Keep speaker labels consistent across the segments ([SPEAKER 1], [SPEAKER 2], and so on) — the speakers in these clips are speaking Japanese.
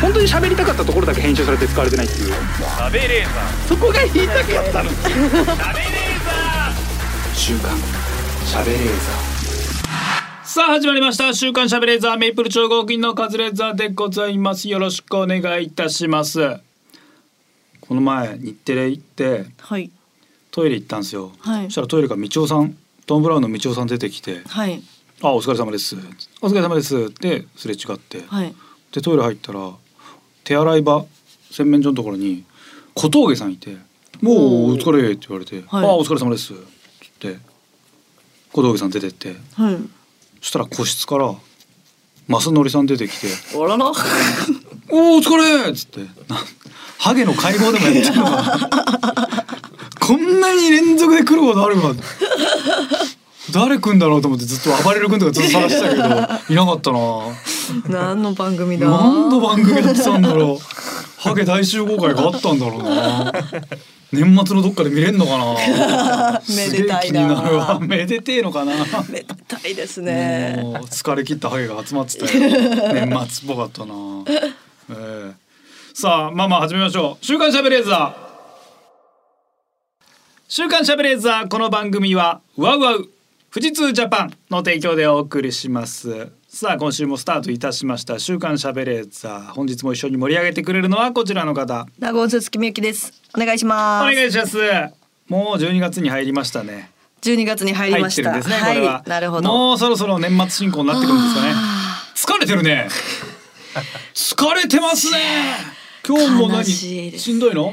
[SPEAKER 1] 本当に喋りたかったところだけ編集されて使われてないっていう
[SPEAKER 2] 食べレーザ
[SPEAKER 1] そこが言いたかったの
[SPEAKER 2] ー食べレーザ
[SPEAKER 1] 週刊喋れー
[SPEAKER 2] ーさあ始まりました週刊しゃべレーザーメイプル超合金のカズレーザーでございますよろしくお願いいたしますこの前日テレ行って
[SPEAKER 3] はい
[SPEAKER 2] トイレ行ったんですよ、
[SPEAKER 3] はい
[SPEAKER 2] そしたらトイレから道夫さんトム・ブラウンの道夫さん出てきて
[SPEAKER 3] はい
[SPEAKER 2] 「あお疲れ様です」「お疲れ様です」ですれ違って、
[SPEAKER 3] はい
[SPEAKER 2] でトイレ入ったら手洗い場洗面所のところに小峠さんいて「もうお疲れ」って言われて「
[SPEAKER 3] はい
[SPEAKER 2] あお疲れ様です」って言って小峠さん出てって
[SPEAKER 3] はい
[SPEAKER 2] そしたら個室から増則さん出てきて
[SPEAKER 3] あらら
[SPEAKER 2] 「おーお疲れ!」っつってなハゲの会合でもやってるのかこんなに連続で来ることあるか誰来んだろうと思ってずっと暴れる君とかずっと探してたけどいなかったな。
[SPEAKER 3] 何の番組だ
[SPEAKER 2] 何の番組やってたんだろう。ハゲ大集合会があったんだろうな。年末のどっかで見れんのかな。
[SPEAKER 3] めでた
[SPEAKER 2] すげえ気に
[SPEAKER 3] いな
[SPEAKER 2] なるわ。めでてえのかな。
[SPEAKER 3] めでたいですね
[SPEAKER 2] もう疲れ切ったハゲが集まってたよ。年末っぽかったな。ええさあまあまあ始めましょう。週刊しゃべレーザー。週刊しゃべレーザーこの番組はワウワウ富士通ジャパンの提供でお送りしますさあ今週もスタートいたしました週刊しゃべレーザー本日も一緒に盛り上げてくれるのはこちらの方
[SPEAKER 3] 名古屋鈴木みゆきですお願いし
[SPEAKER 2] お
[SPEAKER 3] ます
[SPEAKER 2] 願いしますもう12月に入りましたね
[SPEAKER 3] 12月に入りました
[SPEAKER 2] 入ってるんですね、これは
[SPEAKER 3] なるほど
[SPEAKER 2] もうそろそろ年末進行になってくるんですかね疲れてる ね疲れてますね今日も何
[SPEAKER 3] 悲しいです
[SPEAKER 2] しんどいの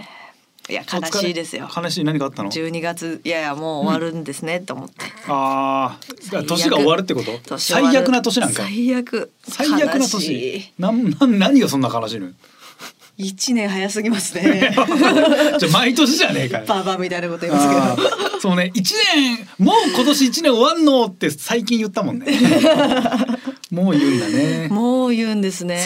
[SPEAKER 3] いや悲しいですよ
[SPEAKER 2] お疲れ悲しい何かあったの
[SPEAKER 3] 12月いやいやもう終わるんですね、と思って
[SPEAKER 2] ああ年が終わるってこと
[SPEAKER 3] 年終わ
[SPEAKER 2] 最
[SPEAKER 3] る
[SPEAKER 2] 悪な年なんか
[SPEAKER 3] 最悪
[SPEAKER 2] 最悪な
[SPEAKER 3] 悲し
[SPEAKER 2] 年なんなん何がそんな悲しい の
[SPEAKER 3] い一年早すぎます ね
[SPEAKER 2] じゃあ毎年じゃねえかよ
[SPEAKER 3] ババアみたいなこと言います
[SPEAKER 2] あーそうね一年もう今年一年終わんのって最近言った もんねもう言うんだね
[SPEAKER 3] けどもう言うんですね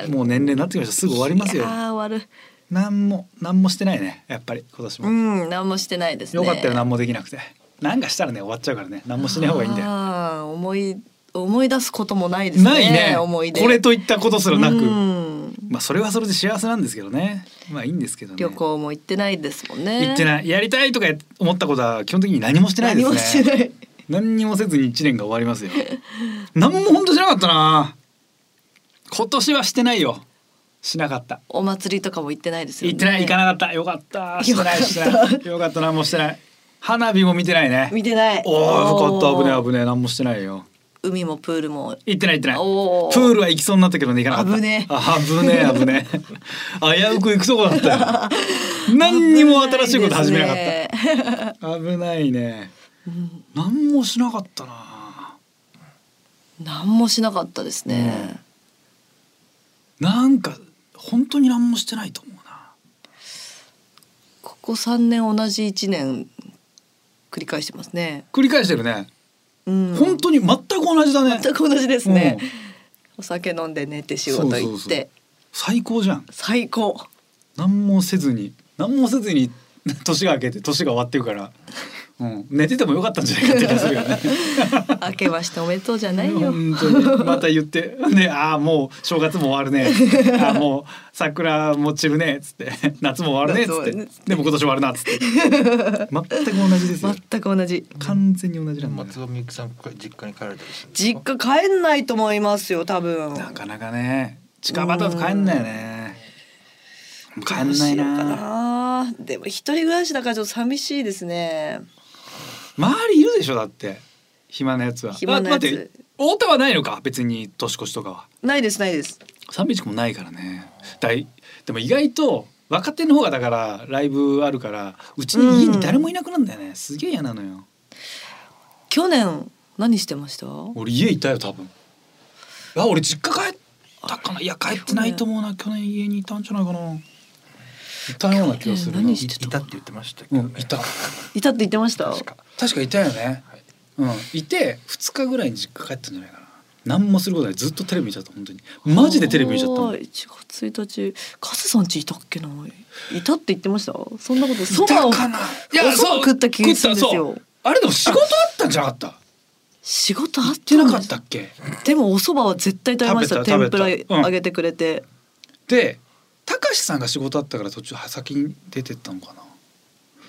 [SPEAKER 2] そういうもう年齢になってきましたすぐ終わりますよ
[SPEAKER 3] あ終わる
[SPEAKER 2] なんもなんもしてないねやっぱり今年も、
[SPEAKER 3] うん何もしてないですね
[SPEAKER 2] よかったよなんもできなくてなんかしたらね終わっちゃうからねなんもしない方がいいんだよ
[SPEAKER 3] ああ思い思い出すこともないですね。
[SPEAKER 2] ないね
[SPEAKER 3] 思い出。
[SPEAKER 2] これといったことすらなく
[SPEAKER 3] うん
[SPEAKER 2] まあそれはそれで幸せなんですけどねまあいいんですけどね
[SPEAKER 3] 旅行も行ってないですもんね。
[SPEAKER 2] 行ってないやりたいとか思ったことは基本的に何もしてないですね
[SPEAKER 3] 何もしてない。
[SPEAKER 2] 何にもせずに1年が終わりますよ何も本当しなかったな今年はしてないよしなかった
[SPEAKER 3] お祭りとかも行ってないですよね。
[SPEAKER 2] 行ってない行か
[SPEAKER 3] な
[SPEAKER 2] なかったよかったしてないしてないよかった何もしてない花火も見てないね
[SPEAKER 3] 見てない。
[SPEAKER 2] おおよかった危ねえ
[SPEAKER 3] ね
[SPEAKER 2] 危ねえ何もしてないよ
[SPEAKER 3] 海もプールも。
[SPEAKER 2] 行ってない行ってない
[SPEAKER 3] おー
[SPEAKER 2] プールは行きそうになったけどね行かなかった
[SPEAKER 3] 危ねえ
[SPEAKER 2] あ危ねえ危ねえ危うく行くとこだったよ何にも新しいこと始めなかった
[SPEAKER 3] った。
[SPEAKER 2] 危ないね、何もしなかったな
[SPEAKER 3] 何もしなかったですね。
[SPEAKER 2] なんか本当に何もしてないと思うな
[SPEAKER 3] ここ三年同じ一年繰り返してますね。
[SPEAKER 2] 繰り返してるね、
[SPEAKER 3] うん。
[SPEAKER 2] 本当に全く同じだね
[SPEAKER 3] 全く同じですね
[SPEAKER 2] うん。
[SPEAKER 3] お酒飲んで寝て仕事行って
[SPEAKER 2] そうそうそう最高じゃん
[SPEAKER 3] 最高。
[SPEAKER 2] 何もせずに何もせずに 年が明けて年が終わってるから、うん、寝ててもよかったんじゃないかって気がするよね
[SPEAKER 3] 明けましておめでとうじゃないよ。
[SPEAKER 2] 本当にまた言って「ね、ああもう正月も終わるね」ああもう桜も散るね」っつって「夏も終わるね」っつ
[SPEAKER 3] 夏も終わるね
[SPEAKER 2] って「でも今年終わるな」っつって全く同じですよ
[SPEAKER 3] 全く同じ。
[SPEAKER 2] 完全に同じなんだよ
[SPEAKER 4] 松尾みゆきさん実家に帰られたりするんです
[SPEAKER 3] 実
[SPEAKER 4] か
[SPEAKER 3] 家帰んないと思いますよ、多分。
[SPEAKER 2] なかなかね近場だと帰んないよね帰んない
[SPEAKER 3] どうしようか
[SPEAKER 2] な
[SPEAKER 3] な。でも一人暮らしだからちょっと寂しいですね。
[SPEAKER 2] 周りいるでしょだって暇なやつは
[SPEAKER 3] 暇なやつ
[SPEAKER 2] あ待って太田はないのか別に年越しとかは
[SPEAKER 3] ないですないです。
[SPEAKER 2] 三平君もないからねだいでも意外と若手の方がだからライブあるからうちに家に誰もいなくなるんだよね、すげえ嫌なのよ
[SPEAKER 3] 去年何してました？
[SPEAKER 2] 俺家いたよ多分あ俺実家帰ったかないや帰ってないと思うな去年家にいたんじゃないかないたような気がするな
[SPEAKER 3] 去年何し
[SPEAKER 4] いたって言ってましたけ
[SPEAKER 2] う
[SPEAKER 4] ど
[SPEAKER 2] ん
[SPEAKER 4] ね
[SPEAKER 2] いた
[SPEAKER 3] いたって言ってました。
[SPEAKER 4] 確か
[SPEAKER 2] 確かいたよね、うんいて2日ぐらいに実家帰ったんじゃないかな何もすることないずっとテレビ見ちゃった本当にマジでテレビ見ちゃったもん
[SPEAKER 3] 一月一日、カズさんちいたっけな。いたって言ってました。そんなこと。そばを
[SPEAKER 2] いたかない
[SPEAKER 3] やおそば食った気がするんですよ
[SPEAKER 2] 食ったそうあれでも仕事あったんじゃなかった行
[SPEAKER 3] 仕事あっ
[SPEAKER 2] って
[SPEAKER 3] て
[SPEAKER 2] なかった。っけ
[SPEAKER 3] でもお蕎麦は絶対食べました。
[SPEAKER 2] 食べた
[SPEAKER 3] 天ぷ
[SPEAKER 2] 食べたうん
[SPEAKER 3] らあげてくれて。
[SPEAKER 2] でたかしさんが仕事あったから途中先に出てったのかな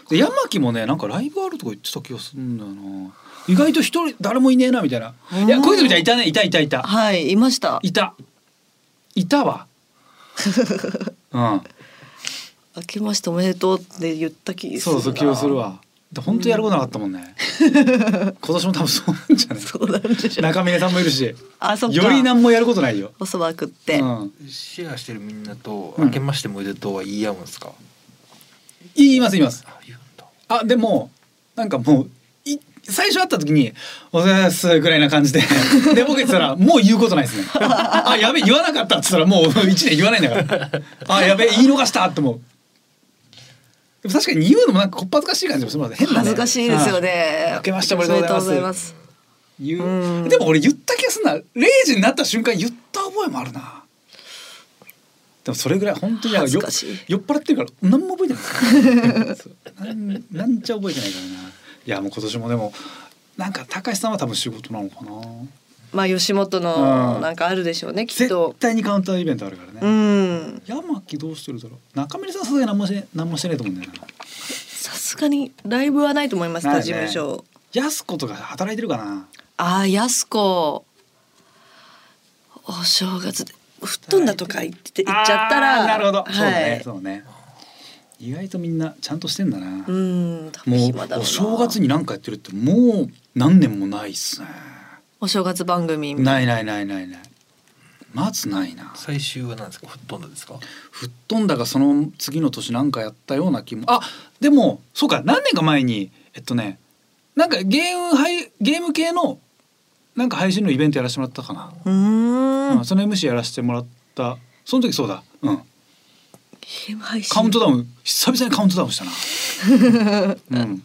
[SPEAKER 2] で山木もねなんかライブあるとか言ってた気がするんだよな意外と一人誰もいねえなみたいな
[SPEAKER 3] うん
[SPEAKER 2] いや小泉ちゃんいたねいたいたいた
[SPEAKER 3] はいいました
[SPEAKER 2] いたいた わうん
[SPEAKER 3] 明けましておめでとうって言った気する
[SPEAKER 2] そう
[SPEAKER 3] な
[SPEAKER 2] そう気をするわで本当やることなかったもんね今年も多分そうなんじゃない
[SPEAKER 3] そうなんでしょ
[SPEAKER 2] 中峰さんもいるしよ
[SPEAKER 3] あそっか
[SPEAKER 2] り何もやることないよ、
[SPEAKER 3] おそば食っ
[SPEAKER 2] う
[SPEAKER 3] て、
[SPEAKER 2] ん、
[SPEAKER 4] シェアしてるみんなと「
[SPEAKER 2] うん
[SPEAKER 4] 明けましておめでとう」は言い合うんですか、
[SPEAKER 2] 言います言います
[SPEAKER 4] あ言うんだ
[SPEAKER 2] あでもなんかもうい最初会った時に「おはようございます」ぐらいな感じで で僕言ってたら「もう言うことないですね」「 あやべ言わなかった」っつったらもう1年言わないんだから「あやべ言い逃した」って思うでも確かに言うのもなんかこっぱずかしい感じもするので変だね
[SPEAKER 3] 恥ずかしいですよね
[SPEAKER 2] あ明けましておめでとうございます
[SPEAKER 3] おめでとうござ
[SPEAKER 2] うん言う
[SPEAKER 3] いますうん
[SPEAKER 2] でも俺言った気がするな0時になった瞬間言った覚えもあるなでもそれぐらい本当になん
[SPEAKER 3] 恥ず
[SPEAKER 2] よ
[SPEAKER 3] かしい
[SPEAKER 2] 酔っ払ってるから何も覚えてないそうなんなんちゃ覚えてないからないやもう今年もでもなんか高橋さんは多分仕事なのかな
[SPEAKER 3] まあ吉本
[SPEAKER 2] う
[SPEAKER 3] の
[SPEAKER 2] ん
[SPEAKER 3] なんかあるでしょうねきっ
[SPEAKER 2] 絶
[SPEAKER 3] と
[SPEAKER 2] 対にカウンターイベントあるからね、
[SPEAKER 3] うん
[SPEAKER 2] 山木どうしてるだろう中村さんはさすがに何もし何もしてないと思うんだよな
[SPEAKER 3] さすがにライブはないと思います
[SPEAKER 2] ない
[SPEAKER 3] 他
[SPEAKER 2] ね
[SPEAKER 3] 事務所
[SPEAKER 2] やす子とか働いてるかな
[SPEAKER 3] ああやす子お正月で吹っ飛んだとか言って言っちゃった
[SPEAKER 2] あ
[SPEAKER 3] ら
[SPEAKER 2] ーなるほど、そうだ
[SPEAKER 3] は
[SPEAKER 2] ね
[SPEAKER 3] い
[SPEAKER 2] そうだね意外とみんなちゃんとしてんだな、
[SPEAKER 3] うん多分
[SPEAKER 2] も
[SPEAKER 3] 暇だろ
[SPEAKER 2] う
[SPEAKER 3] な
[SPEAKER 2] お正月に何かやってるってもう何年もないっすね
[SPEAKER 3] お正月番組
[SPEAKER 2] ないないないないないまずないな
[SPEAKER 4] 最終は何ですか吹っ飛んだですか
[SPEAKER 2] 吹っ飛んだがその次の年なんかやったような気もあでもそうか何年か前にえっとねなんかゲーム配ゲーム系のなんか配信のイベントやらせてもらったかな、
[SPEAKER 3] うー
[SPEAKER 2] うん
[SPEAKER 3] ん
[SPEAKER 2] その MC やらせてもらったその時そうだうん
[SPEAKER 3] ゲーム配信
[SPEAKER 2] カウントダウン久々にカウントダウンした なうん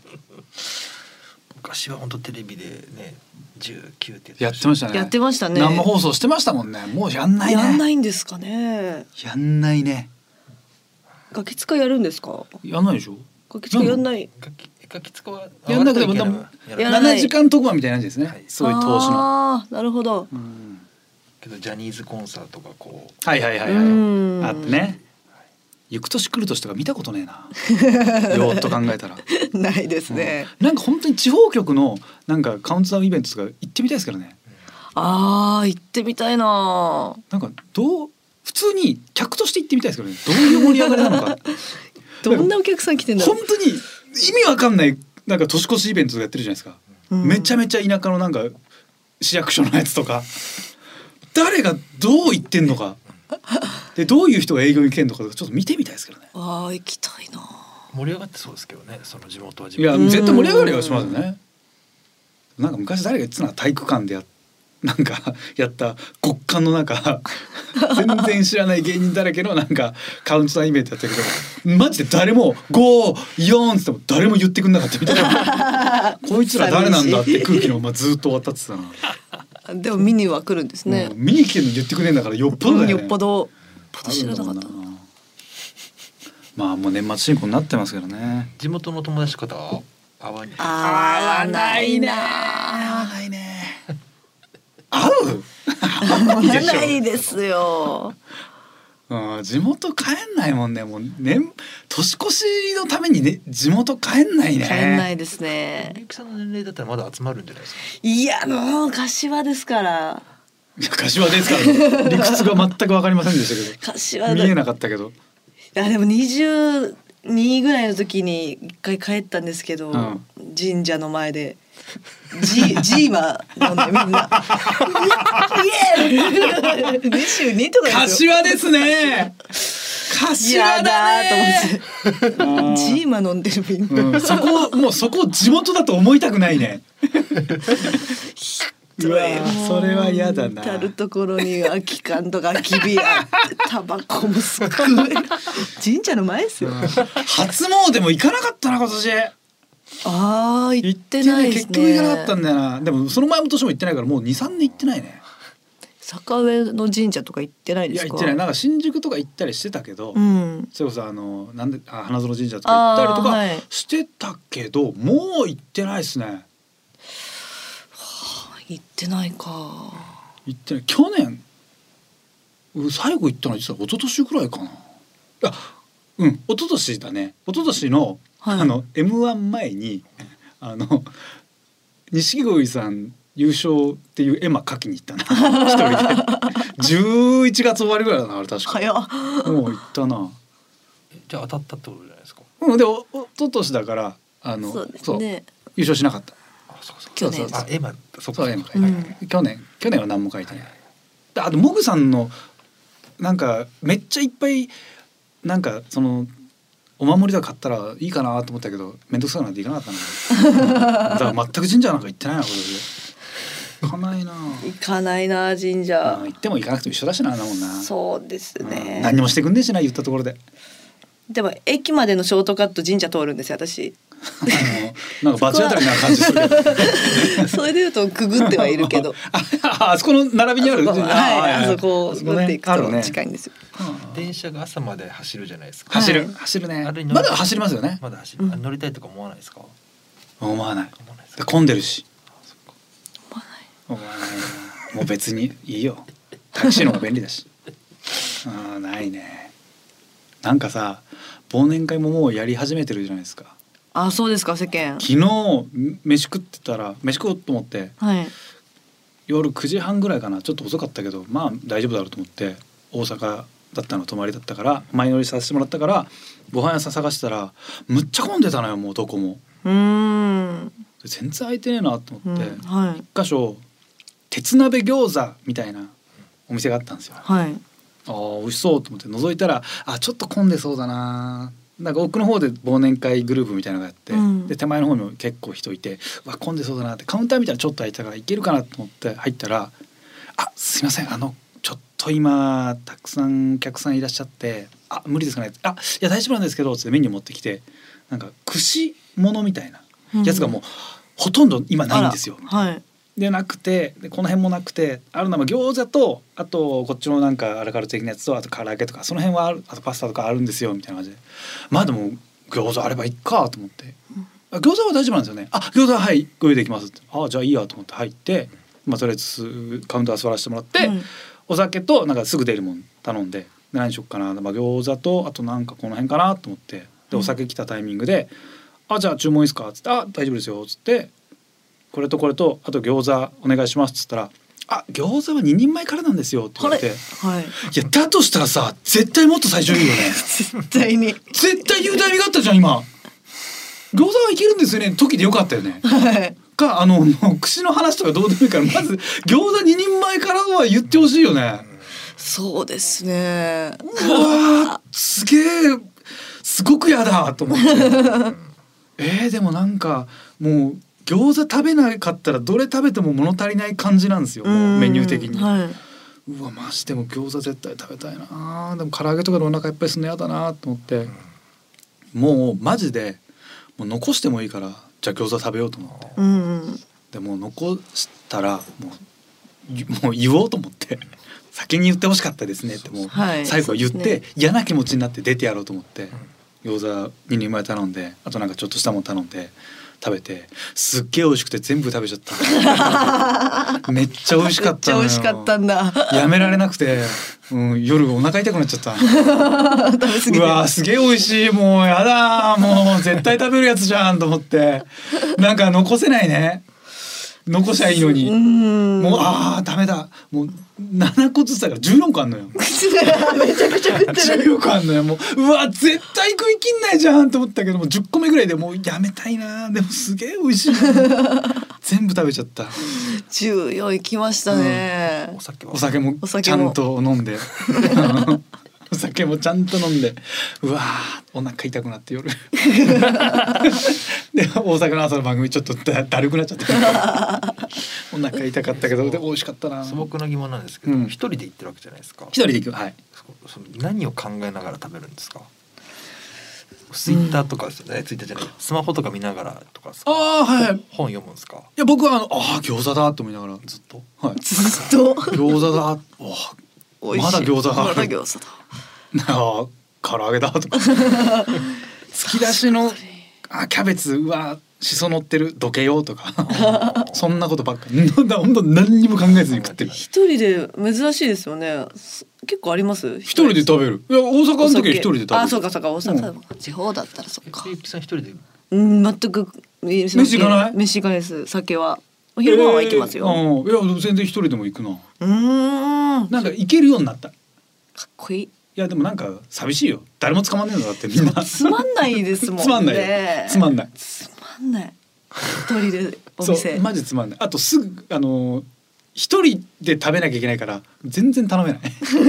[SPEAKER 4] 昔は本当テレビでね19って
[SPEAKER 2] やってましたたね
[SPEAKER 3] やってましたね
[SPEAKER 2] 生放送してましたもんねもうやんないね
[SPEAKER 3] やんないんですかね
[SPEAKER 2] やんないね
[SPEAKER 3] ガキ使やるんですか
[SPEAKER 2] やんないでしょ
[SPEAKER 3] ガキ使やんない
[SPEAKER 4] 楽器楽器使わ
[SPEAKER 2] やんなくても
[SPEAKER 4] やらない
[SPEAKER 2] で
[SPEAKER 4] や
[SPEAKER 3] や
[SPEAKER 4] ら
[SPEAKER 3] ら
[SPEAKER 4] ない
[SPEAKER 3] ない
[SPEAKER 2] 7時間特番みたいな感じですね、
[SPEAKER 4] はい
[SPEAKER 2] そういう投資の、
[SPEAKER 3] ああなるほど
[SPEAKER 2] うん、
[SPEAKER 4] けどジャニーズコンサートがこう
[SPEAKER 2] はいはいはいはい
[SPEAKER 3] うん
[SPEAKER 2] あってね行く年来る年とか見たことねえ なよーっと考えたら、
[SPEAKER 3] ないですね
[SPEAKER 2] うんなんか本当に地方局のなんかカウントダウンイベントとか行ってみたいですからね
[SPEAKER 3] ああ行ってみたいな
[SPEAKER 2] なんかどう普通に客として行ってみたいですからねどういう盛り上がり なのか
[SPEAKER 3] どんなお客さん来てんだろ
[SPEAKER 2] 本
[SPEAKER 3] う
[SPEAKER 2] 当に意味わかんないなんか年越しイベントとかやってるじゃないですか
[SPEAKER 3] うん
[SPEAKER 2] めちゃめちゃ田舎のなんか市役所のやつとか誰がどう言ってんのかでどういう人が営業に来てんのかとかちょっと見てみたいですけどね
[SPEAKER 3] ああ行きたいな
[SPEAKER 4] 盛り上がってそうですけどねその地元は地
[SPEAKER 2] いや
[SPEAKER 4] 元
[SPEAKER 3] うん
[SPEAKER 2] 絶対盛り上がりはしますよねなんか昔誰が言ってたのは体育館でやなんかやった極寒の中全然知らない芸人だらけのなんかカウントダウンイベントやったけどマジで誰も「54」っつっても誰も言ってくんなかったみたいな こいつら誰なんだって空気のままずっと終わったってたな。
[SPEAKER 3] でも見には来るんですね
[SPEAKER 2] うん見に来てるのに言ってくれんだからよっぽどだ
[SPEAKER 3] う
[SPEAKER 2] よ
[SPEAKER 3] ん
[SPEAKER 2] ね
[SPEAKER 3] よっぽどよっぽど
[SPEAKER 2] ある
[SPEAKER 3] 知
[SPEAKER 2] ん
[SPEAKER 3] ら
[SPEAKER 2] だ
[SPEAKER 3] な
[SPEAKER 2] ろ
[SPEAKER 3] か
[SPEAKER 2] う
[SPEAKER 3] っ
[SPEAKER 2] な
[SPEAKER 3] た
[SPEAKER 2] まあもう年末進行になってますけどね
[SPEAKER 4] 地元の友達とかとは会わない
[SPEAKER 3] 合わないな
[SPEAKER 2] 合わないね合う
[SPEAKER 3] 合わないですよ
[SPEAKER 2] うん、地元帰んないもんねもう年年越しのためにね地元帰んないね
[SPEAKER 3] 帰んない
[SPEAKER 2] い
[SPEAKER 3] ですね
[SPEAKER 4] みゆきさんの年齢だったらまだ集まるんじゃないですか
[SPEAKER 3] いやもう柏ですから
[SPEAKER 2] や柏ですから、ね、理屈が全くわかりませんでしたけ
[SPEAKER 3] 柏
[SPEAKER 2] ど
[SPEAKER 3] だ
[SPEAKER 2] 見えなかったけど、
[SPEAKER 3] いやでも22ぐらいの時に一回帰ったんですけど、
[SPEAKER 2] うん
[SPEAKER 3] 神社の前でジ ジーマ飲んでみんな「イエーイ!」22とかですよ
[SPEAKER 2] 柏ですね柏だ
[SPEAKER 3] や
[SPEAKER 2] ね
[SPEAKER 3] だーと思ってジーマ飲んでるみんな、
[SPEAKER 2] うん、そこもうそこを地元だと思いたくないね。うわーそれは嫌だな。
[SPEAKER 3] 至る所に空き缶とか空きビアタバコもすっ ごい神社の前ですよ、
[SPEAKER 2] 初詣も行かなかったな今年。
[SPEAKER 3] あー行ってないです
[SPEAKER 2] 行
[SPEAKER 3] ね
[SPEAKER 2] って結局行かなかったんだよな。でもその前の年も行ってないからもう二三年行ってないね。
[SPEAKER 3] 坂上の神社とか行ってない
[SPEAKER 2] い
[SPEAKER 3] で
[SPEAKER 2] や
[SPEAKER 3] すか
[SPEAKER 2] 行ってない。なんか新宿とか行ったりしてたけど、
[SPEAKER 3] うん
[SPEAKER 2] それこそあのなんであ花園神社とか行ったりと
[SPEAKER 3] あー
[SPEAKER 2] か
[SPEAKER 3] はい
[SPEAKER 2] してたけど、もう行ってないですね。
[SPEAKER 3] 行ってないか
[SPEAKER 2] 行ってない去年うん最後行ったの実は一昨年ぐらいかなあうん一昨年だね一昨年の、
[SPEAKER 3] はい
[SPEAKER 2] あの m 1前にあの錦鯉さん優勝っていう絵馬書きに行ったな一人で11月終わりぐらいだなあれ確か
[SPEAKER 3] 早っ
[SPEAKER 2] もう行ったな
[SPEAKER 4] じゃあ当たったってことじゃないですか。
[SPEAKER 2] うんでおお一昨年だからあの
[SPEAKER 3] そうですね
[SPEAKER 2] 優勝しなかった
[SPEAKER 4] あ、そうかそうか。
[SPEAKER 3] 去年
[SPEAKER 4] あ、エマ、そっ
[SPEAKER 2] そう
[SPEAKER 4] か。
[SPEAKER 2] 絵馬書
[SPEAKER 3] う
[SPEAKER 2] い
[SPEAKER 3] ん
[SPEAKER 2] て去年去年は何も書いてないであとモグさんのなんかめっちゃいっぱいなんかそのお守りとか買ったらいいかなと思ったけど面倒くさくなっていかなか ったんだから全く神社なんか行ってないなこれで行かないな
[SPEAKER 3] 行かないな神社
[SPEAKER 2] あ行っても行かなくても一緒だしなあんなもんな
[SPEAKER 3] そうです
[SPEAKER 2] うん何
[SPEAKER 3] ね
[SPEAKER 2] にもしてくんねえしな言ったところ で
[SPEAKER 3] でも駅までのショートカット神社通るんです よ私
[SPEAKER 2] あのなんか罰当たりな感じするけ ど
[SPEAKER 3] それでいうとくぐってはいる けど
[SPEAKER 2] あああそこの並びにある
[SPEAKER 3] そこはいあそこを
[SPEAKER 2] あ
[SPEAKER 3] く
[SPEAKER 2] そこ
[SPEAKER 3] ぐ
[SPEAKER 2] ね
[SPEAKER 3] っていく
[SPEAKER 2] あるね
[SPEAKER 3] と近いんですよ
[SPEAKER 4] 電車が朝まで走るじゃないですか。
[SPEAKER 2] 走る、
[SPEAKER 3] はい
[SPEAKER 2] 走るね
[SPEAKER 4] あれ乗り
[SPEAKER 2] まだ走りますよね、
[SPEAKER 4] まだ走
[SPEAKER 3] うん
[SPEAKER 4] る。あ乗りたいとか思わないですか。
[SPEAKER 2] 思わない
[SPEAKER 4] 思わないです
[SPEAKER 2] で
[SPEAKER 4] か。
[SPEAKER 2] 混んでるし
[SPEAKER 4] あそっか
[SPEAKER 2] 思わないなもう別にいいよタクシーの方が便利だしあーないねなんかさ忘年会ももうやり始めてるじゃないですか
[SPEAKER 3] あそうですか世間
[SPEAKER 2] 昨日飯食ってたら飯食おうと思って
[SPEAKER 3] はい
[SPEAKER 2] 夜9時半ぐらいかなちょっと遅かったけどまあ大丈夫だろうと思って大阪だったの泊まりだったから前乗りさせてもらったからご飯屋さん探したらむっちゃ混んでたのよもうどこも
[SPEAKER 3] うーん
[SPEAKER 2] で全然空いてねえなと
[SPEAKER 3] う
[SPEAKER 2] 思
[SPEAKER 3] ん
[SPEAKER 2] って、
[SPEAKER 3] はい
[SPEAKER 2] 一箇所鉄鍋餃子みたいなお店があったんですよあ
[SPEAKER 3] はい
[SPEAKER 2] あ美味しそうと思って覗いたらあちょっと混んでそうだななんか奥の方で忘年会グループみたいなのがやって、
[SPEAKER 3] うん
[SPEAKER 2] で手前の方にも結構人いてうわ混んでそうだなってカウンターみたいなのちょっと空いてたからいけるかなと思って入ったら「あすいませんあのちょっと今たくさんお客さんいらっしゃってあ無理ですかね」あいや大丈夫なんですけど」つってメニュー持ってきてなんか串物みたいなやつがもう、ほとんど今ないんですよ。
[SPEAKER 3] あらはい
[SPEAKER 2] でなくてでこの辺もなくてあるのは餃子とあとこっちのなんかアラカルト的なやつとあと唐揚げとかその辺はあるあとパスタとかあるんですよみたいな感じでまあでも餃子あればいいかと思ってあ餃子は大丈夫なんですよねあ餃子ははいご用意できますってあじゃあいいやと思って入って、まあ、とりあえずカウンター座らせてもらって、
[SPEAKER 3] うん
[SPEAKER 2] お酒となんかすぐ出るもん頼んでで何しよっかな、まあ、餃子とあとなんかこの辺かなと思ってでお酒来たタイミングで「あじゃあ注文いいですか?」っつって「あ大丈夫ですよ」っつって「これとこれとあと餃子お願いします」っつったら「あ餃子は2人前からなんですよ」って言
[SPEAKER 3] こ
[SPEAKER 2] わ
[SPEAKER 3] れ
[SPEAKER 2] れて。
[SPEAKER 3] はい
[SPEAKER 2] いやだとしたらさ絶対もっと最初言うよね
[SPEAKER 3] 絶対に
[SPEAKER 2] 絶対言うタイミングあったじゃん今餃子はいけるんですよね時でよかったよね
[SPEAKER 3] はい
[SPEAKER 2] かあのもう串の話とかどうでもいいからまず餃子2人前からは言ってほしいよね、
[SPEAKER 3] そうですね
[SPEAKER 2] うわーすげえすごく嫌だと思って えー、でもなんかもう餃子食べなかったらどれ食べても物足りない感じなんですよもうメニュー的に、
[SPEAKER 3] うんはいう
[SPEAKER 2] わマジでも餃子絶対食べたいなでも唐揚げとかでお腹いっぱいすんの嫌だなと思ってもうマジでもう残してもいいからじゃあ餃子食べようと思って
[SPEAKER 3] うんうん
[SPEAKER 2] でもう残したらもうゆもう言おうと思って先に言ってほしかったですねってもう
[SPEAKER 3] はい
[SPEAKER 2] 最後は言っ
[SPEAKER 3] そうで
[SPEAKER 2] て
[SPEAKER 3] す
[SPEAKER 2] 嫌な気持ちになって出てやろうと思って餃子2人前頼んであとなんかちょっとしたもん頼んで食べてすっげえ美味しくて全部食べちゃった めっちゃ美味しかったのよ
[SPEAKER 3] めっちゃ美味しかったんだ
[SPEAKER 2] やめられなくて、うん、夜お腹痛くなっちゃった
[SPEAKER 3] 食べ過ぎて
[SPEAKER 2] うわーすげえ美味しいもうやだーもう絶対食べるやつじゃんと思ってなんか残せないね残しゃいいの
[SPEAKER 3] う
[SPEAKER 2] に
[SPEAKER 3] ん
[SPEAKER 2] もうあーダメだもう7個ずつだから14個あんのよ
[SPEAKER 3] めちゃくちゃ食ってる。
[SPEAKER 2] 14個あんのよもううわー絶対食い切んないじゃんと思ったけどもう10個目ぐらいでもうやめたいなーでもすげえ美味 しいな全部食べちゃった
[SPEAKER 3] 十四行きましたね
[SPEAKER 4] お。酒は。
[SPEAKER 2] お酒も
[SPEAKER 3] お
[SPEAKER 2] ち
[SPEAKER 3] 酒
[SPEAKER 2] ゃ
[SPEAKER 3] も
[SPEAKER 2] んと飲んで お酒もちゃんと飲んでうわーお腹痛くなって夜 で大阪の朝の番組ちょっとだだるくなっちゃった お腹痛かったけどで美味しかったな
[SPEAKER 4] 素
[SPEAKER 2] 一
[SPEAKER 4] 朴な疑問なんですけど、
[SPEAKER 2] うん
[SPEAKER 4] 一人で行ってるわけじゃないですか。
[SPEAKER 2] 人で行くはい
[SPEAKER 4] そその何を考えながら食べるんですか。ツイッターとかですよね、ツイッターじゃない、スマホとか見ながらとかですか。
[SPEAKER 2] ああはいい
[SPEAKER 4] 本読むんですか。
[SPEAKER 2] や僕はあのあー餃子だと思いながら
[SPEAKER 4] ずっと。
[SPEAKER 2] はい
[SPEAKER 3] ずっと
[SPEAKER 2] 餃子だおー
[SPEAKER 3] 美味し
[SPEAKER 2] ま
[SPEAKER 3] い。
[SPEAKER 2] だ餃子があ
[SPEAKER 3] ま
[SPEAKER 2] る
[SPEAKER 3] だ餃子だ。
[SPEAKER 2] なあ 唐揚げだとか突き出しのあキャベツうわしそ乗ってるどけようと かそんなことばっかなんだ本当何にも考えずに食ってる
[SPEAKER 3] 一人で珍しいですよね。す結構あります。一
[SPEAKER 2] 一人で食べるいや大阪の時は一人で食べる
[SPEAKER 3] あ、そうかそうか、大阪、
[SPEAKER 2] う
[SPEAKER 3] 地方だったらそっか
[SPEAKER 4] ゆ。きさん一人で
[SPEAKER 3] うん、全く飯
[SPEAKER 2] 飯行かない
[SPEAKER 3] 飯行かないです。酒は。お昼ご飯は行きます
[SPEAKER 2] え
[SPEAKER 3] よ。
[SPEAKER 2] ーうんいやでも全然一人でも行くな
[SPEAKER 3] うーん。か
[SPEAKER 2] なんか行けるようになったい
[SPEAKER 3] っこいい。
[SPEAKER 2] やでもなんか寂しいよ誰も捕まんねえのだってみんな
[SPEAKER 3] つまんないですもんね。
[SPEAKER 2] つまんないよつまんない
[SPEAKER 3] つまんない。一人でお
[SPEAKER 2] そ
[SPEAKER 3] 店
[SPEAKER 2] う。マジつまんないあとすぐあのー一人で食べなきゃいけないから全然頼めない 食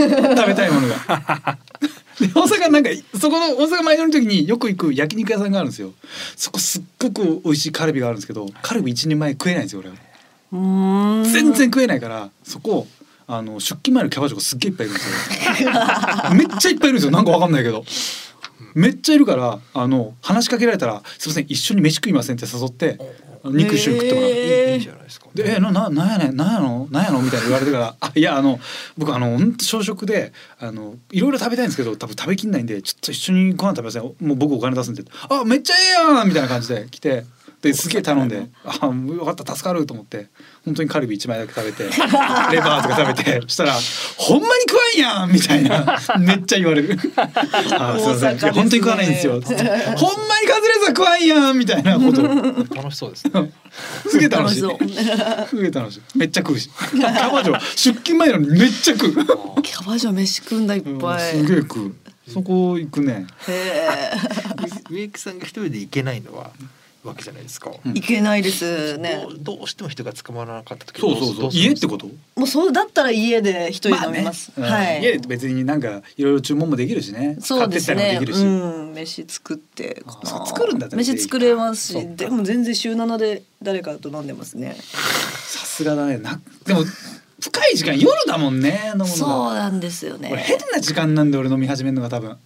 [SPEAKER 2] べたいものがで大阪なんかそこの大阪前乗りの時によく行く焼肉屋さんがあるんですよそこすっごく美味しいカルビがあるんですけどカルビ一人前食えないんですよ俺は
[SPEAKER 3] うーん
[SPEAKER 2] 全然。食えないからそこあの出勤前のキャバ嬢がすっげえいっぱいいるんです よめっちゃいっぱいいるんですよなんかわかんないけどめっちゃいるからあの話しかけられたら「すいません一緒に飯食いません」って誘って肉一緒に食ってもらう。
[SPEAKER 4] いいじゃないですか。
[SPEAKER 2] で「えなななんやねんなんやのなんやの?」みたいな言われてから「あいやあの僕あのほんと小食であのいろいろ食べたいんですけど多分食べきんないんでちょっと一緒にご飯食べませんもう僕お金出すんで」あめっちゃええやん!」みたいな感じで来て。ですげえ頼んで「あもうよかった助かる」と思って本当にカルビ1枚だけ食べてレバーとか食べてそしたら「ほんまに食わんやん!」みたいなめっちゃ言われる「あすいません、
[SPEAKER 3] 大阪ですね
[SPEAKER 2] 本当に食わないんですよ」つって「ほんまにカズレーザー食わんやん!」みたいなこと
[SPEAKER 4] 楽しそうですね。
[SPEAKER 2] すげえ楽しい。
[SPEAKER 3] 楽し
[SPEAKER 2] すげえ楽しい。めっちゃ食うし。キャバ嬢出勤前なのにめっちゃ食う。
[SPEAKER 3] キャバ嬢飯食うんだいっ
[SPEAKER 2] うん
[SPEAKER 3] ぱい。
[SPEAKER 2] すげえ食う。そこ行くね。
[SPEAKER 3] へ
[SPEAKER 4] ゆきさんが一人で行けないのはわけじゃないですか。
[SPEAKER 2] ん
[SPEAKER 3] え。いけないですね
[SPEAKER 4] ど。うどうしても人が捕まらなかった時
[SPEAKER 2] 家ってこと？
[SPEAKER 3] もうそうだったら家で一人で飲みます。
[SPEAKER 2] まあね
[SPEAKER 3] は
[SPEAKER 2] うん
[SPEAKER 3] い。
[SPEAKER 2] 家で別になんかいろいろ注文もできるしね。
[SPEAKER 3] そうですね。
[SPEAKER 2] 買ってったりもできる
[SPEAKER 3] う
[SPEAKER 2] し。
[SPEAKER 3] ん、飯作ってか
[SPEAKER 2] あそ
[SPEAKER 3] な。
[SPEAKER 2] う作るんだったら
[SPEAKER 3] 飯作れます
[SPEAKER 2] そうか
[SPEAKER 3] し、でも全然週7で誰かと飲んでますね。
[SPEAKER 2] さすがだね。なでも深い時間夜だもんね飲むのが。
[SPEAKER 3] そうなんですよ
[SPEAKER 2] 俺変
[SPEAKER 3] ね。
[SPEAKER 2] な時間なんで俺飲み始めるのが多分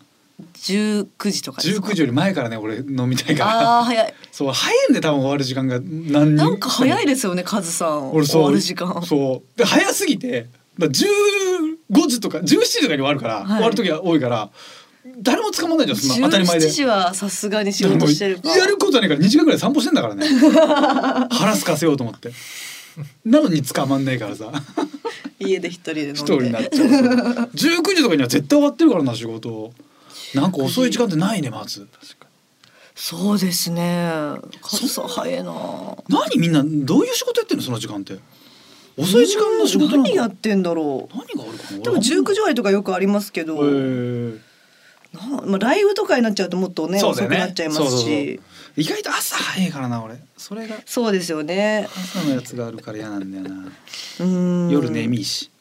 [SPEAKER 3] 19時とかですか。
[SPEAKER 2] 19時より前からね俺飲みたいから
[SPEAKER 3] ああ早い。
[SPEAKER 2] そう早いんで多分終わる時間が何
[SPEAKER 3] なんか早
[SPEAKER 2] い
[SPEAKER 3] いですよね、カズさん。
[SPEAKER 2] 俺
[SPEAKER 3] 終
[SPEAKER 2] そう
[SPEAKER 3] わる時間。
[SPEAKER 2] そうで早すぎてだ15時とか17時とかに終わるから、
[SPEAKER 3] い
[SPEAKER 2] 終わる時が多いから誰も捕まんないじゃんそんな当たり前で
[SPEAKER 3] 17時はさすがに仕事してるか
[SPEAKER 2] でもやることないから2時間ぐらい散歩してんだから ね腹すかせようと思ってなのに捕まんないからさ
[SPEAKER 3] 家で一人で飲んで
[SPEAKER 2] 一人になっちゃうそう19時とかには絶対終わってるからな仕事なんか遅い時間ってないねまず
[SPEAKER 3] そうですねカズさん早いな
[SPEAKER 2] 何みんなどういう仕事やってんのその時間って遅い時間の仕事なの
[SPEAKER 3] 何
[SPEAKER 2] 何
[SPEAKER 3] や
[SPEAKER 2] が
[SPEAKER 3] ってんだろう
[SPEAKER 2] あるかな
[SPEAKER 3] でも19時割とかよくありますけど、
[SPEAKER 2] え
[SPEAKER 3] なまあ、ライブとかになっちゃうともっとね
[SPEAKER 2] そうだ
[SPEAKER 3] 遅
[SPEAKER 2] よ
[SPEAKER 3] く
[SPEAKER 2] ね
[SPEAKER 3] なっちゃいますし
[SPEAKER 2] そ
[SPEAKER 3] そう
[SPEAKER 2] うそうそう意外と朝早いからな俺それが
[SPEAKER 3] ですよね
[SPEAKER 2] 朝のやつがあるから嫌なんだよな
[SPEAKER 3] うーん
[SPEAKER 2] 夜眠いし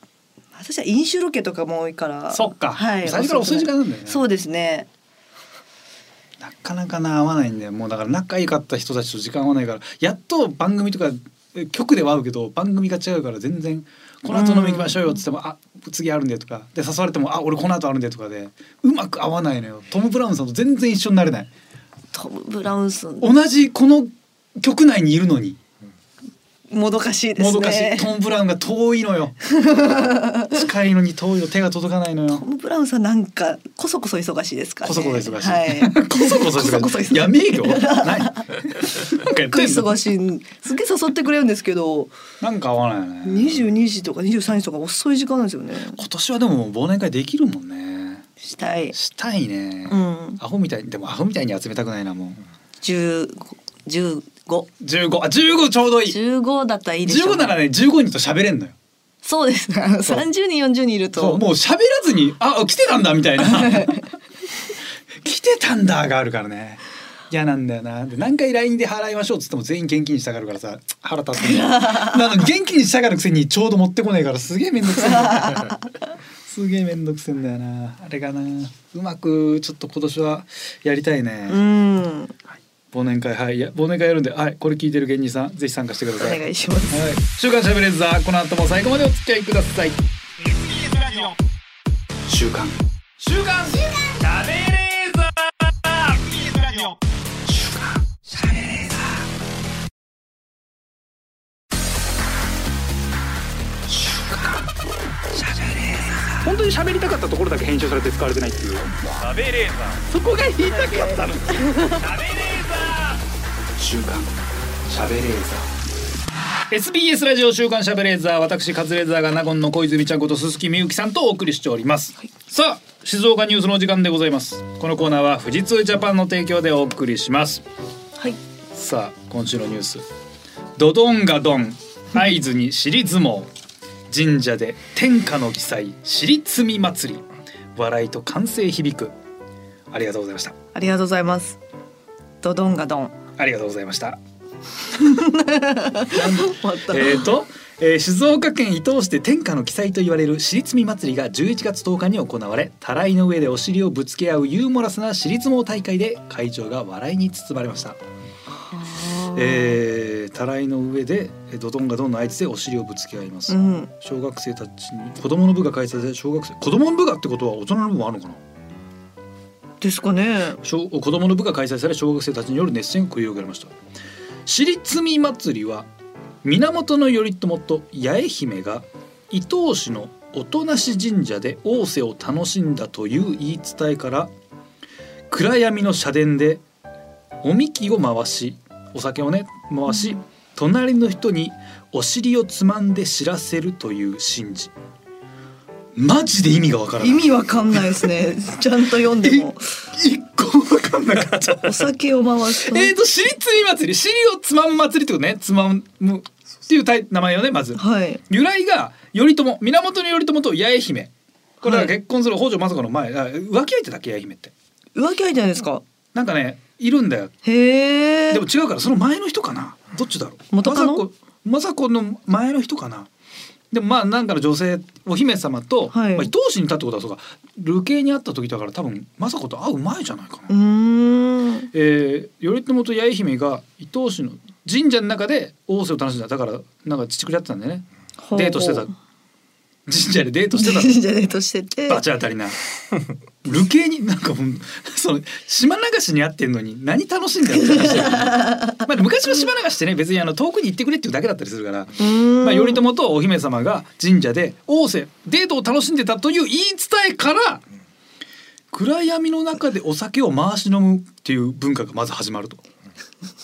[SPEAKER 3] 私は飲酒ロケとかも多いから
[SPEAKER 2] そっか
[SPEAKER 3] はい
[SPEAKER 2] 最初から遅い時間なんだよね
[SPEAKER 3] そうですね
[SPEAKER 2] なかなかな合わないんだよもうだから仲良かった人たちと時間合わないからやっと番組とかえ局では合うけど番組が違うから全然この後飲み行きましょうよって言っても「あ次あるんで」とかで誘われても「あ俺この後あるんで」とかでうまく合わないのよトム・ブラウンさんと全然一緒になれない
[SPEAKER 3] トム・ブラウンさん
[SPEAKER 2] 同じこの局内にいるのに
[SPEAKER 3] もどかしいですね
[SPEAKER 2] もどかしいトム・ブラウンが遠いの よ近いのに遠いの手が届かないのよ
[SPEAKER 3] トム・ブラウンさんなんかこそこそ忙しいですから、
[SPEAKER 2] こ
[SPEAKER 3] ね、
[SPEAKER 2] そこそ忙しい。
[SPEAKER 3] はい、
[SPEAKER 2] こそこそ
[SPEAKER 3] こそこそ
[SPEAKER 2] 忙
[SPEAKER 3] 忙
[SPEAKER 2] し
[SPEAKER 3] し
[SPEAKER 2] い。
[SPEAKER 3] い
[SPEAKER 2] やめえよ。ない。なんかやっ
[SPEAKER 3] く
[SPEAKER 2] てんの
[SPEAKER 3] 忙しいすげえ誘ってくれるんですけど
[SPEAKER 2] なんか合わないよね。
[SPEAKER 3] 22時とか23時とか遅い時間なんですよね
[SPEAKER 2] 今年はでも忘年会できるもんね。
[SPEAKER 3] したい
[SPEAKER 2] したいね。
[SPEAKER 3] うん
[SPEAKER 2] アホみたいでもアホみたいに集めたくないなもう。
[SPEAKER 3] 1515
[SPEAKER 2] 十五あ十五ちょうどいい。
[SPEAKER 3] 15だったらいいでし
[SPEAKER 2] 十
[SPEAKER 3] ょ
[SPEAKER 2] 五ならね十五人と喋れんのよ。
[SPEAKER 3] そうですね
[SPEAKER 2] そう
[SPEAKER 3] 30人40人いると
[SPEAKER 2] そうもう喋らずにあ来てたんだみたい な。来てたんだがあるからね。嫌なんだよな。で何回 LINE で払いましょうっつっても全員現金にしたがるからさ腹立つんだよ。なのに現金にしたがるくせにちょうど持ってこないからすげえめんどくせえん だよ。すげえめんどくせえんだよな。あれがな。うまくちょっと今年はやりたいね。
[SPEAKER 3] うん
[SPEAKER 2] 忘年会はいいや忘年会やるんではいこれ聞いてる芸人さんぜひ参加してくだ
[SPEAKER 3] お
[SPEAKER 2] さい。
[SPEAKER 3] 願いします
[SPEAKER 2] はい、週刊しゃべれーザーこの後も最後までお付き合いください。
[SPEAKER 1] 週刊
[SPEAKER 2] 週刊
[SPEAKER 1] 本当に喋りたかったところだけ編集されて使われてないっていう喋れーザーそこが言いたかったの喋れーザー週週刊しゃべれーザ
[SPEAKER 2] SBS ラジオ週刊しゃべレーザー私カズレーザーが納言の小泉ちゃんこと鈴木みゆきさんとお送りしております、さあ静岡ニュースのお時間でございますこのコーナーは富士通ジャパンの提供でお送りします
[SPEAKER 3] はい。
[SPEAKER 2] さあ今週のニュースドドンガドン会津に尻相撲神社で天下の奇祭尻積み祭り笑いと歓声響くありがとうございました
[SPEAKER 3] ありがとうございます。ドドンガドン。
[SPEAKER 2] ありがとうございま した
[SPEAKER 3] 終わった。
[SPEAKER 2] えーと、えー静岡県伊東市で天下の奇祭と言われる尻積み祭りが11月10日に行われたらいの上でお尻をぶつけ合うユーモラスな尻相撲大会で会場が笑いに包まれましたえーたらいの上でえードドンガドンの合図でお尻をぶつけ合います、
[SPEAKER 3] うん。
[SPEAKER 2] 小学生たちに子供の部が開催され小学生子供の部がってことは大人の部もあるのかな
[SPEAKER 3] ですかね。
[SPEAKER 2] 小子供の部が開催され小学生たちによる熱戦が繰り広げられました尻積み祭りは源頼朝と八重姫が伊東市の音無神社で逢瀬を楽しんだという言い伝えから暗闇の社殿でおみきを回しお酒をね回し隣の人にお尻をつまんで知らせるという神事マジで意味がわからない
[SPEAKER 3] 意味わかんないですね。ちゃんと読んでも。
[SPEAKER 2] 一個もわかんなかった
[SPEAKER 3] お酒を回す と。
[SPEAKER 2] えーと、尻つみ祭り、尻をつまむ祭りってことね、つまむっていうタイ名前をね、まず。
[SPEAKER 3] はい。
[SPEAKER 2] 由来が頼朝、源頼朝と八重姫。これは
[SPEAKER 3] はい
[SPEAKER 2] 結婚する北条政子の前、あ浮気相手だっけ、八重姫って。
[SPEAKER 3] 浮気相手なんですか。
[SPEAKER 2] なんかね、いるんだよ。
[SPEAKER 3] へえ。
[SPEAKER 2] でも違うから、その前の人かな。どっちだろう。
[SPEAKER 3] 元カノ
[SPEAKER 2] 政子政子の前の人かな。でもまあなんかの女性お姫様と、
[SPEAKER 3] はい
[SPEAKER 2] まあ、伊東市にいたってことはそうか流刑に会った時だから多分政子と会う前じゃないかな
[SPEAKER 3] う、ーん。
[SPEAKER 2] えー頼朝と八重姫が伊東市の神社の中で大瀬を楽しんだだからなんか乳くり合ってたんだよね デートしてた神社でデート して
[SPEAKER 3] じゃデートしてて。
[SPEAKER 2] たバチ当たりな流刑になんかもうその島流しに会ってんのに何楽しんだよって話まあ昔は島流しってね別にあの遠くに行ってくれっていうだけだったりするから、
[SPEAKER 3] うーん。
[SPEAKER 2] まあ、頼朝とお姫様が神社で大瀬デートを楽しんでたという言い伝えから暗闇の中でお酒を回し飲むっていう文化がまず始まると。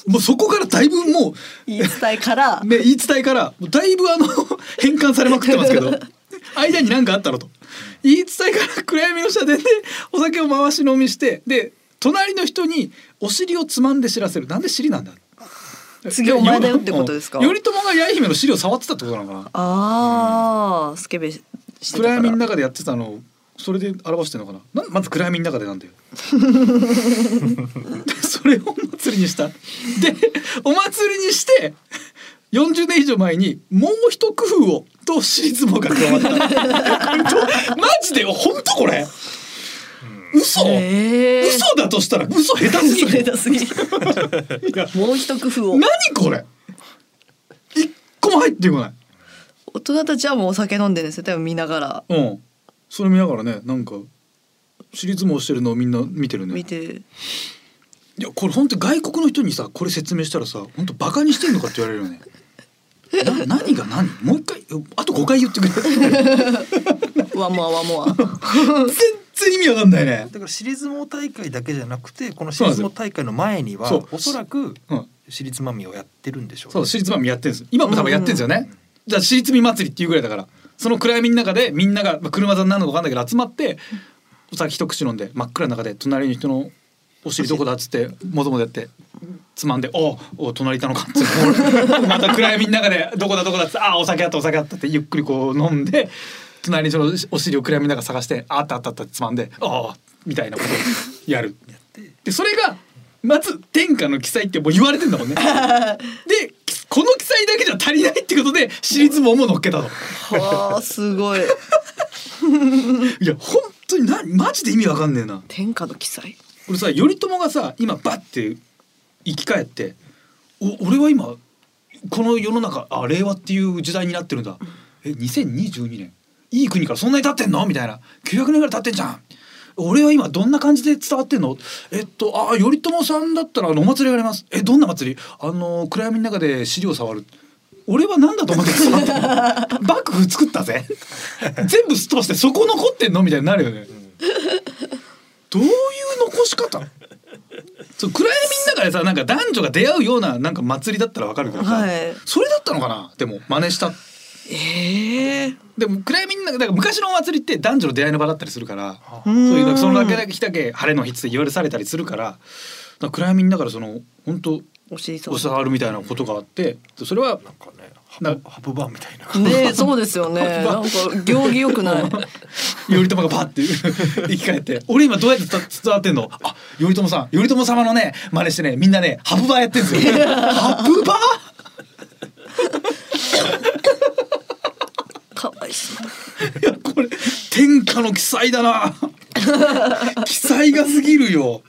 [SPEAKER 2] もうそこからだいぶも
[SPEAKER 3] 言い伝えから
[SPEAKER 2] う、。ね、言い伝えからもうだいぶあの 変換されまくってますけど間に何かあったのと言い伝えから暗闇の社殿でお酒を回し飲みしてで隣の人にお尻をつまんで知らせるなんで尻なんだ
[SPEAKER 3] 次お前だよってことですか
[SPEAKER 2] うん頼朝が八重姫の尻を触ってたってことなのかな
[SPEAKER 3] ああ、スケベしてたか
[SPEAKER 2] 暗
[SPEAKER 3] ら。
[SPEAKER 2] 闇の中でやってたのをそれで表してるのかななんまず暗闇の中でなんだ よそれをお祭りにしたでお祭りにして40年以上前にもう一工夫をとシリーズもが加わったこ れとマジで本当これ嘘、
[SPEAKER 3] ええ
[SPEAKER 2] 嘘だとしたら嘘下手すぎ
[SPEAKER 3] 嘘下
[SPEAKER 2] る
[SPEAKER 3] 手 すぎ。
[SPEAKER 2] いや
[SPEAKER 3] もう一工夫を
[SPEAKER 2] 何。これ一個も入ってこない
[SPEAKER 3] 大人たちはもうお酒飲んでるんですよ。多分見ながら
[SPEAKER 2] うんそれ見ながらねなんかシリーズもしてるのをみんな見てるね
[SPEAKER 3] 見て。
[SPEAKER 2] いやこれ本当外国の人にさこれ説明したらさ本当バカにしてんのかって言われるよね。な何が何もう一回あと5回言ってくれ全
[SPEAKER 3] わもわわもわ。
[SPEAKER 2] 然意味わかんないね。
[SPEAKER 4] だから私立網大会だけじゃなくてこの私立網大会の前には
[SPEAKER 2] そう
[SPEAKER 4] おそらく
[SPEAKER 2] うん、
[SPEAKER 4] 私立まみをやってるんでしょ
[SPEAKER 2] そう私立まみやってんです今も多分やってんですよね。じゃあ私立み祭りっていうぐらいだからその暗闇の中でみんなが、まあ、車座になるのかわかんないけど集まってお酒一口飲んで真っ暗の中で隣の人のお尻どこだっつってもともとやってつまんで「おお隣いたのか」っつってまた暗闇の中で「どこだどこだ」っつって「あお酒あったお酒あった」ってゆっくりこう飲んで隣の人のお尻を暗闇の中探して「ああったあったあった」つまんで「ああ」みたいなことを やる。でそれがまず天下の記載ってもう言われてんだもんね。でこの記載だけじゃ足りないってことで私立もも乗っけたの。
[SPEAKER 3] はあすごい。
[SPEAKER 2] いや本当になマジで意味わかんねえな。
[SPEAKER 3] 天下の奇才。
[SPEAKER 2] 俺さ頼朝がさ今バッて生き返ってお俺は今この世の中あ令和っていう時代になってるんだえ2022年いい国からそんなに経ってんのみたいな900年ぐらい経ってんじゃん俺は今どんな感じで伝わってんのえっとあ頼朝さんだったらあのお祭りがありますえどんな祭りあの暗闇の中で資料触る俺は何だと思って伝わってんの 幕府作ったぜ全部すっ飛ばしてそこ残ってんのみたいになるよね、どういう残し方そう暗闇の中でさなんか男女が出会うようななんか祭りだったらわかるけどさ、
[SPEAKER 3] はい
[SPEAKER 2] それだったのかなでも真似した
[SPEAKER 3] ええ
[SPEAKER 2] でも暗闇の中だから昔のお祭りって男女の出会いの場だったりするから
[SPEAKER 4] あ
[SPEAKER 3] う
[SPEAKER 2] そうんいうなんかそのだけだけ日だけ晴れの日って言われされたりするからだから暗闇の中でその本当
[SPEAKER 3] お尻さん
[SPEAKER 2] お触るみたいなことがあってそれは
[SPEAKER 4] なんかね
[SPEAKER 2] な
[SPEAKER 4] ハブハブバーみたいな感じ、
[SPEAKER 3] ねえそうですよね なんか行儀良くない
[SPEAKER 2] 頼朝がパッて 生き返って俺今どうやって伝伝わってんのあ頼朝さん頼朝様のね真似してねみんなねハブバーやってん ですよハブバー
[SPEAKER 3] かわいそう
[SPEAKER 2] いやこれ天下の奇才だな 奇才が過ぎるよ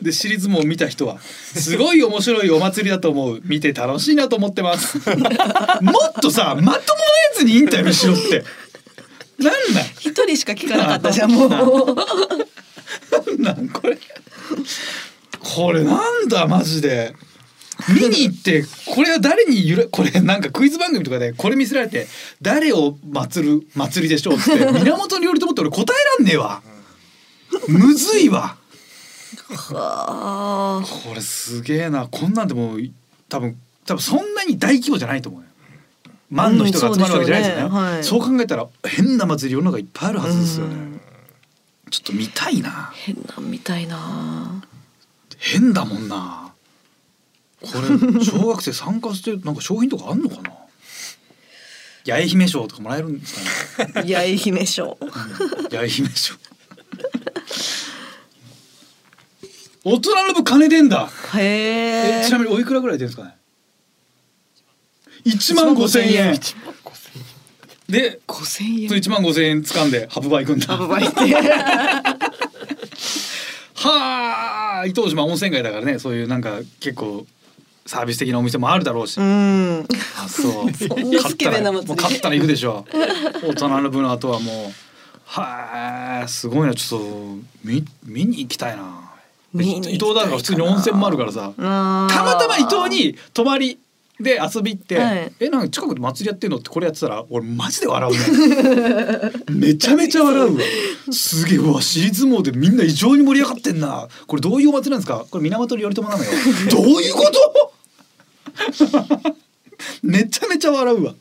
[SPEAKER 2] でシリーズも見た人はすごい面白いお祭りだと思う見て楽しいなと思ってます もっとさまともなやつにインタビューしろってなんなん
[SPEAKER 3] 一人しか聞かなかったじゃんもう
[SPEAKER 2] なんこれこれなんだマジで見に行ってこれは誰にゆらこれなんかクイズ番組とかでこれ見せられて誰を祭る祭りでしょうっつって源頼朝って俺答えらんねえわむずいわ
[SPEAKER 3] はあ
[SPEAKER 2] これすげえなこんなんでも多分多分そんなに大規模じゃないと思うよ万の人が集まるわけじゃないですよね,、
[SPEAKER 3] うんそうでしょうねはい
[SPEAKER 2] そう考えたら変な祭り世の中いっぱいあるはずですよね、
[SPEAKER 3] うん
[SPEAKER 2] ちょっと見たいな
[SPEAKER 3] 変なんみたいな
[SPEAKER 2] 変だもんなこれ小学生参加してなんか商品とかあんのかな八重姫賞とかもらえるんですかね
[SPEAKER 3] 八重姫賞
[SPEAKER 2] うん八重姫賞大人の部金出んだ
[SPEAKER 3] へ
[SPEAKER 2] え
[SPEAKER 3] え
[SPEAKER 2] ちなみにおいくらぐらい出るんですかね1万5千円で
[SPEAKER 3] 五千円
[SPEAKER 2] 1万5千円掴んでハブバイ行くんだ
[SPEAKER 3] アブバイって
[SPEAKER 2] はあ伊東島温泉街だからねそういうなんか結構サービス的なお店もあるだろうし
[SPEAKER 3] うん
[SPEAKER 2] あそう。
[SPEAKER 3] そんな
[SPEAKER 2] 買
[SPEAKER 3] ス
[SPEAKER 2] っ
[SPEAKER 3] ケ
[SPEAKER 2] た
[SPEAKER 3] ベ
[SPEAKER 2] ら
[SPEAKER 3] な
[SPEAKER 2] も
[SPEAKER 3] 祭り
[SPEAKER 2] う買ったら行くでしょ。 大人の分の後はもうはあすごいなちょっと見見に行きたいな。
[SPEAKER 3] 見に行きたい
[SPEAKER 2] 伊藤だから普通に温泉もあるからさ。
[SPEAKER 3] あー
[SPEAKER 2] たまたま伊藤に泊まりで遊び行って、
[SPEAKER 3] はい
[SPEAKER 2] えなんか近くで祭りやってんのってこれやってたら俺マジで笑うね。 めちゃめちゃ笑うわ。すげえうわ尻相撲でみんな異常に盛り上がってんな。これどういうお祭りなんですか。これ源頼朝な のよ。どういうこと？ めちゃめちゃ笑うわ。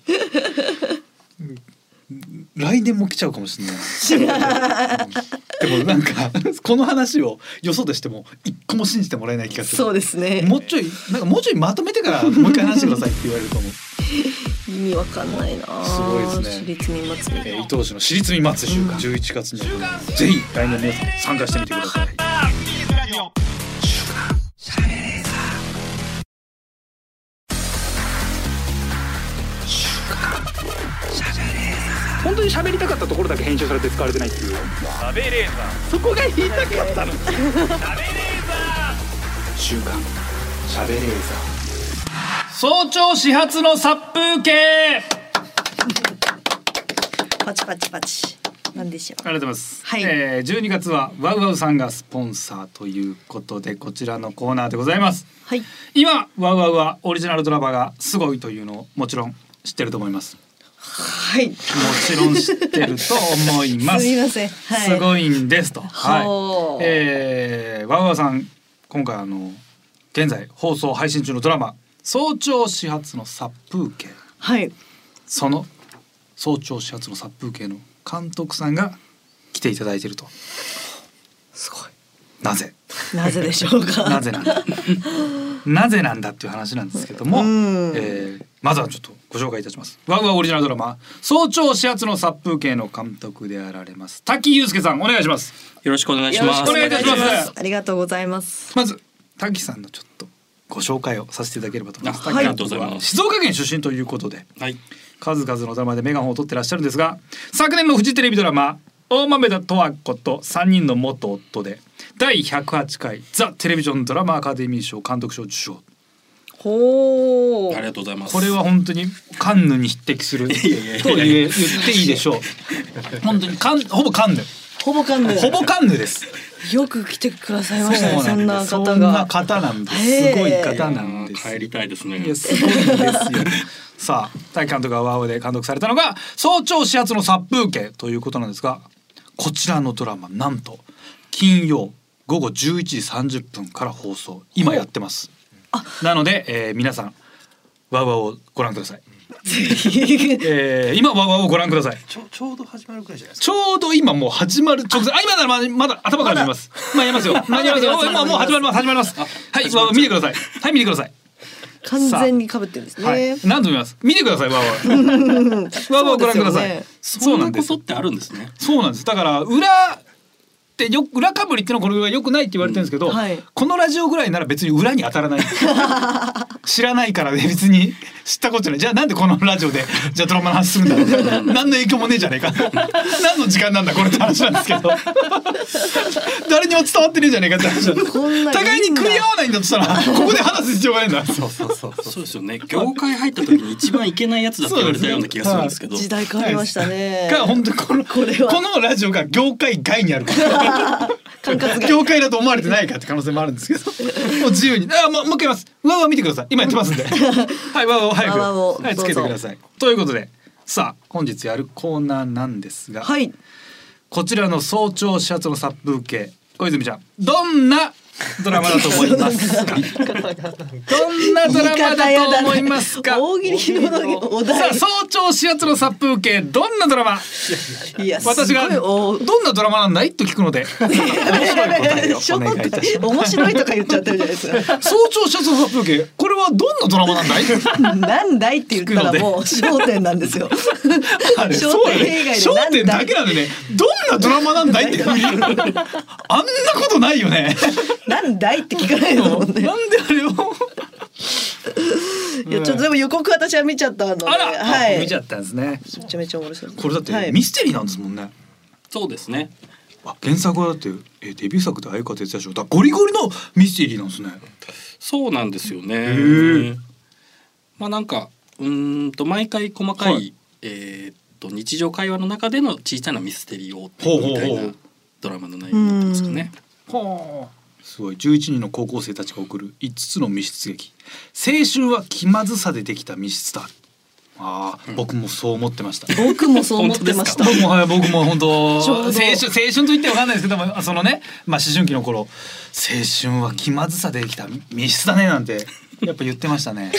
[SPEAKER 2] 来年も来ちゃうかもしれ ない。でもなんかこの話をよそでしても一個も信じてもらえない気がする。
[SPEAKER 3] そうですね
[SPEAKER 2] もうちょいなんかもうちょいまとめてからもう一回話してくださいって言われると思う。
[SPEAKER 3] 意味わかんないな
[SPEAKER 2] すごいですね
[SPEAKER 3] 私立民祭
[SPEAKER 2] え
[SPEAKER 3] り
[SPEAKER 2] ー伊藤氏の私立民祭週間11月に行われますぜひ来年皆さん参加してみてください。
[SPEAKER 1] 本当に喋りたかったところだけ編集されて使われてないっていう
[SPEAKER 2] 早朝始発の殺風景。
[SPEAKER 3] パチパチパチなんでしょう
[SPEAKER 2] ありがとうございます。
[SPEAKER 3] はい
[SPEAKER 2] えー12月はワウワウさんがスポンサーということでこちらのコーナーでございます。
[SPEAKER 3] はい
[SPEAKER 2] 今ワウワウはオリジナルドラマがすごいというのをもちろん知ってると思います。
[SPEAKER 3] はい
[SPEAKER 2] もちろん知ってると思います。
[SPEAKER 3] すみませんはい
[SPEAKER 2] すごいんですと。
[SPEAKER 3] ほ
[SPEAKER 2] は
[SPEAKER 3] う
[SPEAKER 2] い。えー、わわわさん今回あの現在放送配信中のドラマ早朝始発の殺風景
[SPEAKER 3] はい
[SPEAKER 2] その早朝始発の殺風景の監督さんが来ていただいていると。
[SPEAKER 3] すごい
[SPEAKER 2] なぜ
[SPEAKER 3] なぜでしょうか
[SPEAKER 2] なぜなん だなぜなんだっていう話なんですけども、
[SPEAKER 3] うん
[SPEAKER 2] えーまずはちょっとご紹介いたしますワウワウオリジナルドラマ早朝始発の殺風景の監督であられます滝祐介さんお願いします
[SPEAKER 5] よろしくお願いし
[SPEAKER 3] よろし
[SPEAKER 5] ます。
[SPEAKER 3] くお願いいたしま
[SPEAKER 2] お願いします
[SPEAKER 3] すありがとうございます
[SPEAKER 2] まず滝さんのちょっとご紹介をさせていただければと思います。
[SPEAKER 5] あ
[SPEAKER 2] 滝監
[SPEAKER 5] はいありがとうござい
[SPEAKER 2] 督は
[SPEAKER 5] ます
[SPEAKER 2] 静岡県出身ということで、
[SPEAKER 5] はい。
[SPEAKER 2] 数々のドラマでメガホンを取ってらっしゃるんですが、昨年のフジテレビドラマ大豆田十和子と三人の元夫で第108回ザテレビジョンドラマアカデミー賞監督賞受賞。
[SPEAKER 3] ほ
[SPEAKER 5] あり
[SPEAKER 3] ー
[SPEAKER 5] がとうございます。
[SPEAKER 2] これは本当にカンヌに匹敵すると言え言っていいでしょう。本当にカンほぼカンヌ、
[SPEAKER 3] ほぼ完
[SPEAKER 2] ほぼカンヌです。
[SPEAKER 3] よく来てくださいましたねそんな
[SPEAKER 2] です
[SPEAKER 3] 方
[SPEAKER 2] そんな
[SPEAKER 3] が
[SPEAKER 2] 方なんです。
[SPEAKER 3] へー
[SPEAKER 2] すごい
[SPEAKER 5] いや
[SPEAKER 2] 方
[SPEAKER 5] ー
[SPEAKER 2] なんです。
[SPEAKER 5] 帰りたいですね。
[SPEAKER 2] いやすごいですよ。さあ大監督がワウで監督されたのが早朝始発の殺風景ということなんですがこちらのドラマなんと金曜午後11時30分から放送今やってますなので、えー皆さんワウワウをご覧ください、えー今ワウワウをご覧ください
[SPEAKER 4] ちょちょうど始まるくらいじゃないです
[SPEAKER 2] ちょうど今もう始まる直前あ今ならまだまだ頭から見ます間に 合いますよ間に合いますよ
[SPEAKER 3] まだ
[SPEAKER 2] もうもう始まります始まりますはいワウワウ見てくださいはい見てください
[SPEAKER 3] 完全に被ってるんですね。
[SPEAKER 2] はい何度も見ます見てください ワウワウワウワウご覧ください
[SPEAKER 5] そんなこ
[SPEAKER 2] よ
[SPEAKER 5] とってあるんですね。
[SPEAKER 2] そうなんです。だから裏ってよ裏かぶりってのはこれが良くないって言われてるんですけど、
[SPEAKER 3] うんはい
[SPEAKER 2] このラジオぐらいなら別に裏に当たらない。知らないからね別に知ったことない。じゃあなんでこのラジオでじゃあドラマの話するんだろうみたいな。何の影響もねえじゃねえか。何の時間なんだこれって話なんですけど。誰にも伝わってねえじゃねえかって話なんです。
[SPEAKER 3] こんなんいいんだ
[SPEAKER 2] 互いに食い合わないんだとしたらここで話す必要がないんだ。
[SPEAKER 4] か。そうそうそうそう。
[SPEAKER 5] そうですよね。業界入った時に一番いけないやつだって言われたような気がするんですけど。
[SPEAKER 3] 時代変わりましたね。
[SPEAKER 2] が本当にこのこ
[SPEAKER 3] れは
[SPEAKER 2] のラジオが業界外にあるから
[SPEAKER 3] 管轄外
[SPEAKER 2] 業界だと思われてないかって可能性もあるんですけどもう自由にあもうもう一回言いますわわ見てください今やってますん ではいわわ早く
[SPEAKER 3] わわを
[SPEAKER 2] はいつけてくださいということでさあ本日やるコーナーなんですが、
[SPEAKER 3] はい。
[SPEAKER 2] こちらの早朝始発の殺風景小泉ちゃんどんなドラマだと思いますか どんなドラマだと思いますか
[SPEAKER 3] 大喜利のお
[SPEAKER 2] さ
[SPEAKER 3] 題
[SPEAKER 2] あ。早朝始発の殺風景どんなドラマ
[SPEAKER 3] いや、
[SPEAKER 2] 私が
[SPEAKER 3] すごいお
[SPEAKER 2] どんなドラマなんだいと聞くので面白い答えを
[SPEAKER 3] ちょ
[SPEAKER 2] お
[SPEAKER 3] っ
[SPEAKER 2] 願いいたします
[SPEAKER 3] と面白いとか言っちゃってるじゃないですか。
[SPEAKER 2] 早朝シャツの風景これはどんなドラマなんだ い
[SPEAKER 3] なんだいって言ったらもう焦点なんですよ。
[SPEAKER 2] あれ
[SPEAKER 3] 焦
[SPEAKER 2] そうだ
[SPEAKER 3] 点以
[SPEAKER 2] ね
[SPEAKER 3] 外
[SPEAKER 2] 焦
[SPEAKER 3] で
[SPEAKER 2] 点
[SPEAKER 3] な
[SPEAKER 2] だ
[SPEAKER 3] ん
[SPEAKER 2] け
[SPEAKER 3] だい。
[SPEAKER 2] なんでねどんなドラマなんだいってあん なことないよね
[SPEAKER 3] なんだいって聞かない
[SPEAKER 2] な
[SPEAKER 3] のも
[SPEAKER 2] ん
[SPEAKER 3] ん
[SPEAKER 2] で
[SPEAKER 3] ね。
[SPEAKER 2] あれを
[SPEAKER 3] いやちょっとでも予告私は見ちゃったので、
[SPEAKER 2] あら、
[SPEAKER 3] はい。
[SPEAKER 2] 見ちゃ
[SPEAKER 3] め
[SPEAKER 2] ったんですね
[SPEAKER 3] ちゃめちゃ面白い。
[SPEAKER 2] これだっ
[SPEAKER 3] は
[SPEAKER 2] て
[SPEAKER 3] い
[SPEAKER 2] ミステリーなんですもんね、
[SPEAKER 5] そうですね。
[SPEAKER 2] あ原作はだって、えーデビュー作で鮎川哲也賞だからゴリゴリのミステリーなんですね
[SPEAKER 5] そうなんですよ
[SPEAKER 2] へえ
[SPEAKER 5] ね。まあなんかうーんと毎回細かい、
[SPEAKER 2] はい
[SPEAKER 5] えーっと日常会話の中での小さなミステリーを追って
[SPEAKER 2] ほうほうほう
[SPEAKER 5] みたいなドラマの内容になってますかね。
[SPEAKER 2] はあすごい11人の高校生たちが送る5つの密室劇青春は気まずさでできた密室だああ、僕もそう思ってました
[SPEAKER 3] 僕もそう思ってました。
[SPEAKER 2] 僕もはい僕も本当青
[SPEAKER 3] ちょうど
[SPEAKER 2] 春青春と言ってわかんないですけどもそのねまあ思春期の頃青春は気まずさでできた密室だねなんてやっぱ言ってましたね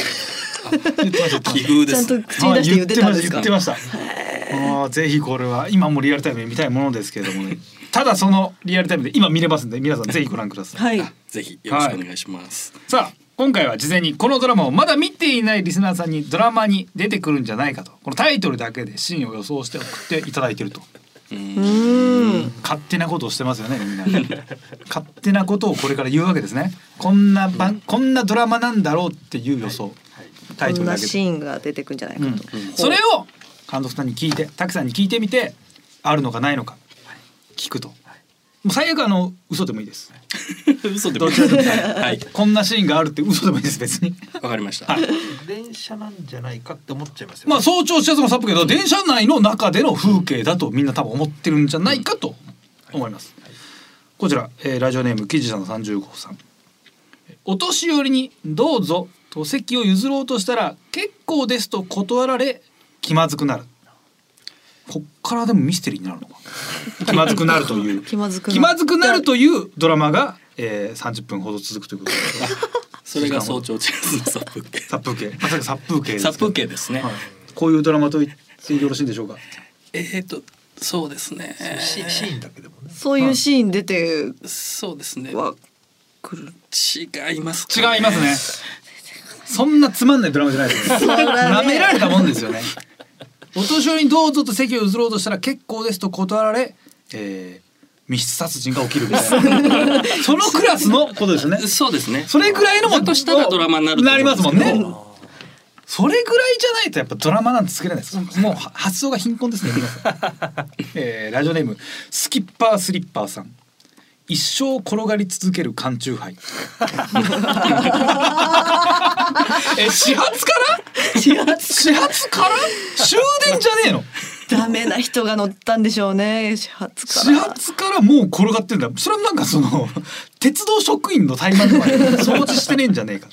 [SPEAKER 2] あ言ってました
[SPEAKER 5] 奇遇
[SPEAKER 3] ち
[SPEAKER 5] で
[SPEAKER 3] ゃん
[SPEAKER 5] す
[SPEAKER 3] と
[SPEAKER 5] ね。
[SPEAKER 3] 口に出して言ってたんです
[SPEAKER 2] 言
[SPEAKER 3] か
[SPEAKER 2] って。ました言ってましたあーぜひこれは今もリアルタイムで見たいものですけれどもねただそのリアルタイムで今見れますんで皆さんぜひご覧ください
[SPEAKER 3] はい。
[SPEAKER 5] ぜひよろしくお願いします。
[SPEAKER 2] さあ今回は事前にこのドラマをまだ見ていないリスナーさんにドラマに出てくるんじゃないかとこのタイトルだけでシーンを予想して送っていただいてると
[SPEAKER 5] うん
[SPEAKER 3] うーん。
[SPEAKER 2] 勝手なことをしてますよねみんな勝手なことをこれから言うわけですねこんな番、こんなドラマなんだろうっていう予想、タイト
[SPEAKER 3] こ
[SPEAKER 2] ル
[SPEAKER 3] んな
[SPEAKER 2] だけ
[SPEAKER 3] シ
[SPEAKER 2] で、
[SPEAKER 3] ーンが出てくるんじゃないか
[SPEAKER 2] う
[SPEAKER 3] と。
[SPEAKER 2] ん、それを監督さんに聞いてたくさんに聞いてみてあるのかないのか聞くともう最悪あの嘘でもいいです
[SPEAKER 5] 嘘でもいいですはい。
[SPEAKER 2] こんなシーンがあるって嘘でもいいです別に
[SPEAKER 5] わかりました。
[SPEAKER 4] 電車なんじゃないかって思っちゃいますよ、ね。
[SPEAKER 2] まあ早朝視察もサップけど電車内の中での風景だとみんな多分思ってるんじゃないかと思います。こちら、えーラジオネームキジさんの三十号さん。お年寄りにどうぞと席を譲ろうとしたら結構ですと断られ気まずくなる。こっからでもミステリーになるの か。気まずくなるという。
[SPEAKER 3] 気まずくな
[SPEAKER 2] 気
[SPEAKER 3] る
[SPEAKER 2] まずくなるというドラマが、えー、30分ほど続くということ です。
[SPEAKER 5] それが早朝チャンスの殺風景。
[SPEAKER 2] 殺風景。まさか殺風景ですけど。
[SPEAKER 5] 殺風景ですね。
[SPEAKER 2] はい。こういうドラマと言ってよろしいんでしょうか。
[SPEAKER 5] えっとそうですね。
[SPEAKER 4] シシーンだけでもね。
[SPEAKER 3] そういうシーン出て
[SPEAKER 5] そうですね。
[SPEAKER 3] は来る。
[SPEAKER 5] 違いますか、
[SPEAKER 2] 違いますね。 そんなつまんないドラマじゃないですよね。
[SPEAKER 3] そうだ
[SPEAKER 2] 舐
[SPEAKER 3] ね
[SPEAKER 2] められたもんですよね。お年寄りにどうぞと席を譲ろうとしたら結構ですと断られ、えー、密室殺人が起きるみたいな。そのクラスのことですよね。
[SPEAKER 5] そうですね。
[SPEAKER 2] それぐらいのも
[SPEAKER 5] だとしたらドラマになると思
[SPEAKER 2] なり
[SPEAKER 5] うん
[SPEAKER 2] ま
[SPEAKER 5] ですす
[SPEAKER 2] も
[SPEAKER 5] け
[SPEAKER 2] ん
[SPEAKER 5] ど
[SPEAKER 2] ね。それぐらいじゃないとやっぱドラマなんて作れないです。もうは発想が貧困 ですね皆さん。えーラジオネームスキッパースリッパーさん。一生転がり続ける缶中 杯。え始発から？
[SPEAKER 3] 始発
[SPEAKER 2] 始発から？終電じゃねえの？
[SPEAKER 3] ダメな人が乗ったんでしょうね。始発か
[SPEAKER 2] 始
[SPEAKER 3] ら。
[SPEAKER 2] 発からもう転がってんだ。それはなんかその鉄道職員の怠慢とかね 掃除してねえんじゃねえか。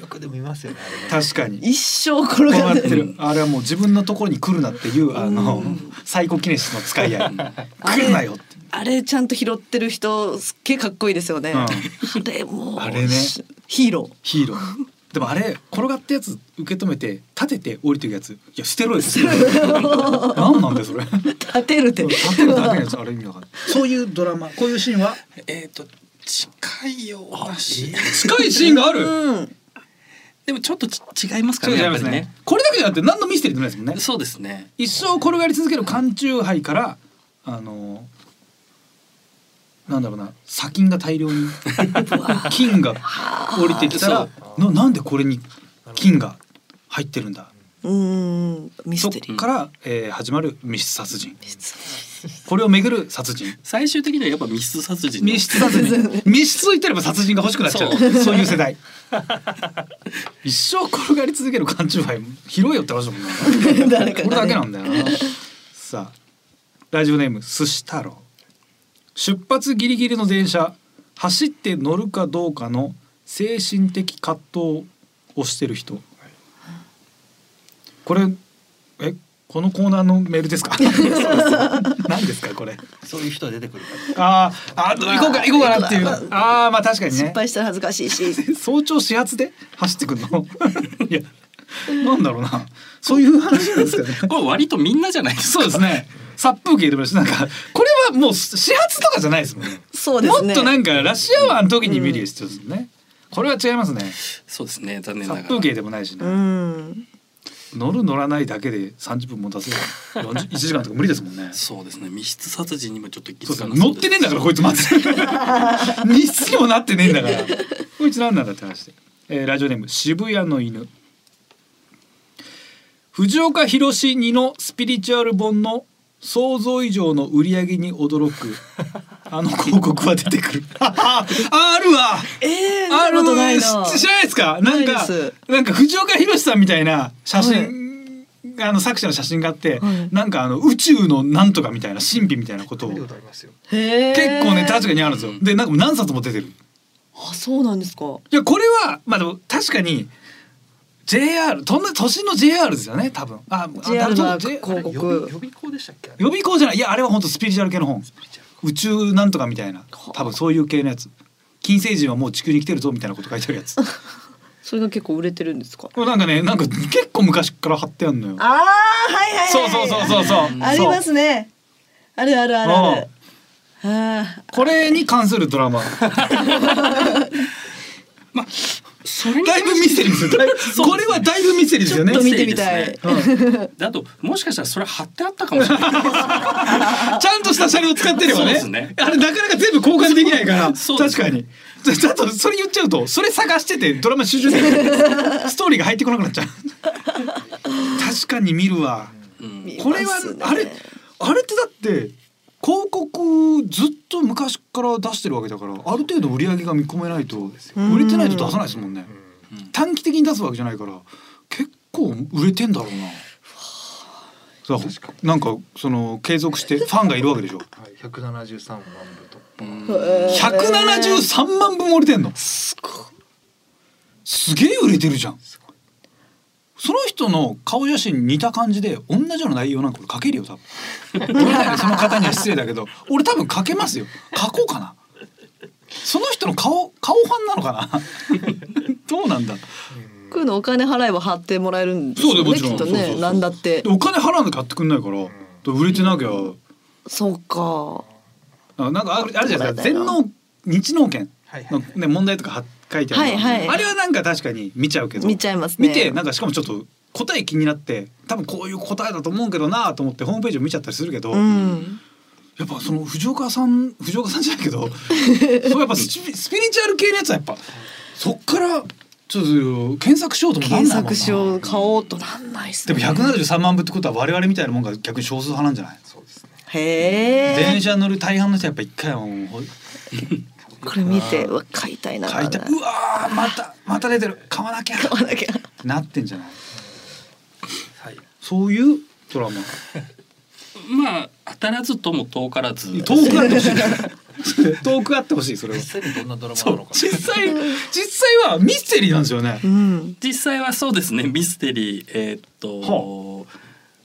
[SPEAKER 4] よくでも見ますよね。あれね
[SPEAKER 2] 確かに。
[SPEAKER 3] 一生転
[SPEAKER 2] こう
[SPEAKER 3] が
[SPEAKER 2] な
[SPEAKER 3] っ
[SPEAKER 2] ってて
[SPEAKER 3] る。
[SPEAKER 2] る。あれは もう自分のところに来るなっていうあのサイコキネシスの使い合い。来るなよって。
[SPEAKER 3] あれちゃんと拾ってる人すっげえかっこいいですよね、
[SPEAKER 2] うん
[SPEAKER 3] あれもう
[SPEAKER 2] あれね
[SPEAKER 3] ヒーロ
[SPEAKER 2] ヒーローでもあれ転がったやつ受け止めて立てて降りていくやついやステ ロイドですよ何なんだよそれ
[SPEAKER 3] ー立てるって
[SPEAKER 2] 立てるだけのやつあれ意味わかんないそういうドラマこういうシーン は
[SPEAKER 5] えっ、と近いようなし近いシーンがある
[SPEAKER 3] うん
[SPEAKER 5] でもちょっとち違いますか
[SPEAKER 2] そう
[SPEAKER 5] ね
[SPEAKER 2] じゃな
[SPEAKER 5] やっ
[SPEAKER 2] いです
[SPEAKER 5] ぱり
[SPEAKER 2] ね
[SPEAKER 5] ね
[SPEAKER 2] これだけじゃなくて何のミステリーでもないですもんね
[SPEAKER 5] そうですね
[SPEAKER 2] 一生転がり続ける缶中杯からあのなんだろうな砂金が大量 に金が降りてきたらななんでこれに金が入ってるんだ
[SPEAKER 3] うんミ
[SPEAKER 2] そ
[SPEAKER 3] ス
[SPEAKER 2] っ
[SPEAKER 3] テリー
[SPEAKER 2] から、えー始まる密室殺人これをめぐる殺人
[SPEAKER 5] 最終的にはやっぱ密室殺人の
[SPEAKER 2] 密室殺人密室と言ってれば殺人が欲しくなっちゃうそ
[SPEAKER 5] そう
[SPEAKER 2] いう世代 一生転がり続ける缶中杯広いよって話だもんな
[SPEAKER 3] 誰か
[SPEAKER 2] これだ
[SPEAKER 3] がね
[SPEAKER 2] けなんだよなさあラジオネーム寿司太郎出発ギリギリの電車走って乗るかどうかの精神的葛藤をしてる人これえこのコーナーのメールです か何ですかこれ
[SPEAKER 4] そういう人が出てくるか
[SPEAKER 2] あーあ行こうか行こうかなっていうああまあ確かに
[SPEAKER 3] 失
[SPEAKER 2] ね
[SPEAKER 3] 敗したら恥ずかしいし
[SPEAKER 2] 早朝始発で走ってくんの いやなんだろうなそういう話なんですかね
[SPEAKER 5] これ割とみんなじゃないですか
[SPEAKER 2] そうですね。殺風景でもあるし、なんか、これはもう始発とかじゃないですもんね。
[SPEAKER 3] そうですね
[SPEAKER 2] もっとなんかラッシュアワーの時に見る必要ですね。これは違いますね。
[SPEAKER 5] そうですね残念なが
[SPEAKER 2] 殺
[SPEAKER 5] ら
[SPEAKER 2] 風景でもないしね、
[SPEAKER 3] うん
[SPEAKER 2] 乗る乗らないだけで三十分も出せる。四十一時間とか無理ですもんね。そ
[SPEAKER 5] そうですね密室殺人にもちょっと行き
[SPEAKER 2] う
[SPEAKER 5] 着
[SPEAKER 2] そ
[SPEAKER 5] か
[SPEAKER 2] う
[SPEAKER 5] なそ
[SPEAKER 2] 乗
[SPEAKER 5] う
[SPEAKER 2] っ
[SPEAKER 5] で
[SPEAKER 2] て
[SPEAKER 5] す
[SPEAKER 2] ねえんだからこいつまず。 日数にもなってねえんだから。こいつなんなんだって話で。えーラジオネーム渋谷の犬。藤岡弘にのスピリチュアル本の想像以上の売り上げに驚 くあの広告は出てくる ああるわ
[SPEAKER 3] えー、
[SPEAKER 2] あ
[SPEAKER 3] ある
[SPEAKER 2] る
[SPEAKER 3] ことないな
[SPEAKER 2] し知らないですかなん
[SPEAKER 3] な
[SPEAKER 2] か
[SPEAKER 3] いです
[SPEAKER 2] なんか藤岡弘さんみたいな写真、あの作者の写真があって、
[SPEAKER 3] はい
[SPEAKER 2] なんかあの宇宙のなんとかみたいな神秘みたいなことを
[SPEAKER 4] ら。見
[SPEAKER 2] 結
[SPEAKER 4] たことありますよ。
[SPEAKER 3] へー
[SPEAKER 2] 構ね確かにあるんですよでなんか何冊も出てる
[SPEAKER 3] あそうなんですか
[SPEAKER 2] いやこれはまあでも確かに JR とんな都心の JR ですよね多分あ
[SPEAKER 3] JR
[SPEAKER 2] あ
[SPEAKER 3] の
[SPEAKER 2] 多分
[SPEAKER 3] 広
[SPEAKER 2] J-
[SPEAKER 4] 予
[SPEAKER 3] 告
[SPEAKER 4] 備予備校でしたっけ？あれ
[SPEAKER 2] 予備校じゃないいやあれは本当スピリチュアル系の本宇宙なんとかみたいな多分そういう系のやつ金星人はもう地球に来てるぞみたいなこと書いてあるやつこ
[SPEAKER 3] それが結構売れてるんですか
[SPEAKER 2] れなんかねなんか結構昔から貼ってあるのよ
[SPEAKER 3] ああはいはいはい
[SPEAKER 2] そうそうそうそうそう
[SPEAKER 3] ありますねあるあるあるあるあー
[SPEAKER 2] これに関するドラマ
[SPEAKER 5] それに
[SPEAKER 2] だいぶミステリーですよだいこれはだいぶミステリーですよね
[SPEAKER 3] ちょっと見てみたい
[SPEAKER 5] だともしかしたらそれ貼ってあったかもしれ ない
[SPEAKER 2] ちゃんとした車両を使ってれば
[SPEAKER 5] そうで
[SPEAKER 2] ね
[SPEAKER 5] すね
[SPEAKER 2] あれなかなか全部交換できないから
[SPEAKER 5] そ
[SPEAKER 2] 確
[SPEAKER 5] うです
[SPEAKER 2] かにだとそれ言っちゃうとそれ探しててドラマ集中できないストーリーが入ってこなくなっちゃう確かに見るわ
[SPEAKER 5] うん
[SPEAKER 3] 見
[SPEAKER 2] これ
[SPEAKER 3] ま
[SPEAKER 2] は
[SPEAKER 3] すね
[SPEAKER 2] あれあれってだって広告ずっと昔から出してるわけだからある程度売り上げが見込めないと売れてないと出さないですもんね
[SPEAKER 5] うん
[SPEAKER 2] 短期的に出すわけじゃないから結構売れてんだろうなそうなんかその継続してファンがいるわけでしょ
[SPEAKER 4] はい、百七十三万部と。
[SPEAKER 3] へー
[SPEAKER 2] 173万部も売れてんの
[SPEAKER 3] すごい
[SPEAKER 2] すげえ売れてるじゃんその人の顔写真似た感じで同じような内容なんか俺書けるよ多分ごめんなさいねその方には失礼だけど俺多分書けますよ書こうかなその人の顔顔ファンなのか などうなんだ
[SPEAKER 3] こういうのお金払えば貼ってもらえるんですよ
[SPEAKER 2] そう
[SPEAKER 3] ね
[SPEAKER 2] だよ
[SPEAKER 3] き
[SPEAKER 2] もちろ
[SPEAKER 3] っと
[SPEAKER 2] んそうそうそ
[SPEAKER 3] ね
[SPEAKER 2] う
[SPEAKER 3] なんだって
[SPEAKER 2] でお金払わなきゃ買ってくんないから売れてなきゃ
[SPEAKER 3] そうか
[SPEAKER 2] あなんかあるあるじゃないですか全農日農研
[SPEAKER 4] はいは
[SPEAKER 2] の
[SPEAKER 4] い。
[SPEAKER 2] ね問題とかは書いてある、
[SPEAKER 3] はいはい
[SPEAKER 2] あれはなんか確かに見ちゃうけど
[SPEAKER 3] 見ちゃいますね
[SPEAKER 2] 見てなんかしかもちょっと答え気になって多分こういう答えだと思うけどなと思ってホームページを見ちゃったりするけど、
[SPEAKER 3] うん
[SPEAKER 2] やっぱその藤岡さん藤岡さんじゃないけ どそうやっぱスピスピリチュアル系のやつはやっぱそっからちょっと検索しようともなん
[SPEAKER 3] 検
[SPEAKER 2] ないもんな
[SPEAKER 3] 索しよう買おうとなんないっす
[SPEAKER 2] で
[SPEAKER 3] ね
[SPEAKER 2] も173万部ってことは我々みたいなもんが逆に少数派なんじゃない
[SPEAKER 4] そうですね。
[SPEAKER 3] へ
[SPEAKER 2] 電
[SPEAKER 3] え
[SPEAKER 2] 車乗る大半の人はやっぱ一回はもうほ
[SPEAKER 3] これ見てうわ買いたいな
[SPEAKER 2] 書いた
[SPEAKER 3] 買
[SPEAKER 2] うわーまたまた出てる買わなきゃ
[SPEAKER 3] わなきゃ
[SPEAKER 2] なってんじゃない
[SPEAKER 4] はい。
[SPEAKER 2] そういうドラマ。
[SPEAKER 5] まあ当たらずとも遠からず
[SPEAKER 2] 遠くあってほしい。 遠くあってほしい、それは。
[SPEAKER 4] 実際にどんなドラマな
[SPEAKER 2] そ
[SPEAKER 4] の
[SPEAKER 2] う
[SPEAKER 4] か。
[SPEAKER 2] 実際、実際はミステリーなんですよね
[SPEAKER 3] う。ん
[SPEAKER 5] 実際はそうですねミステリーえーっと、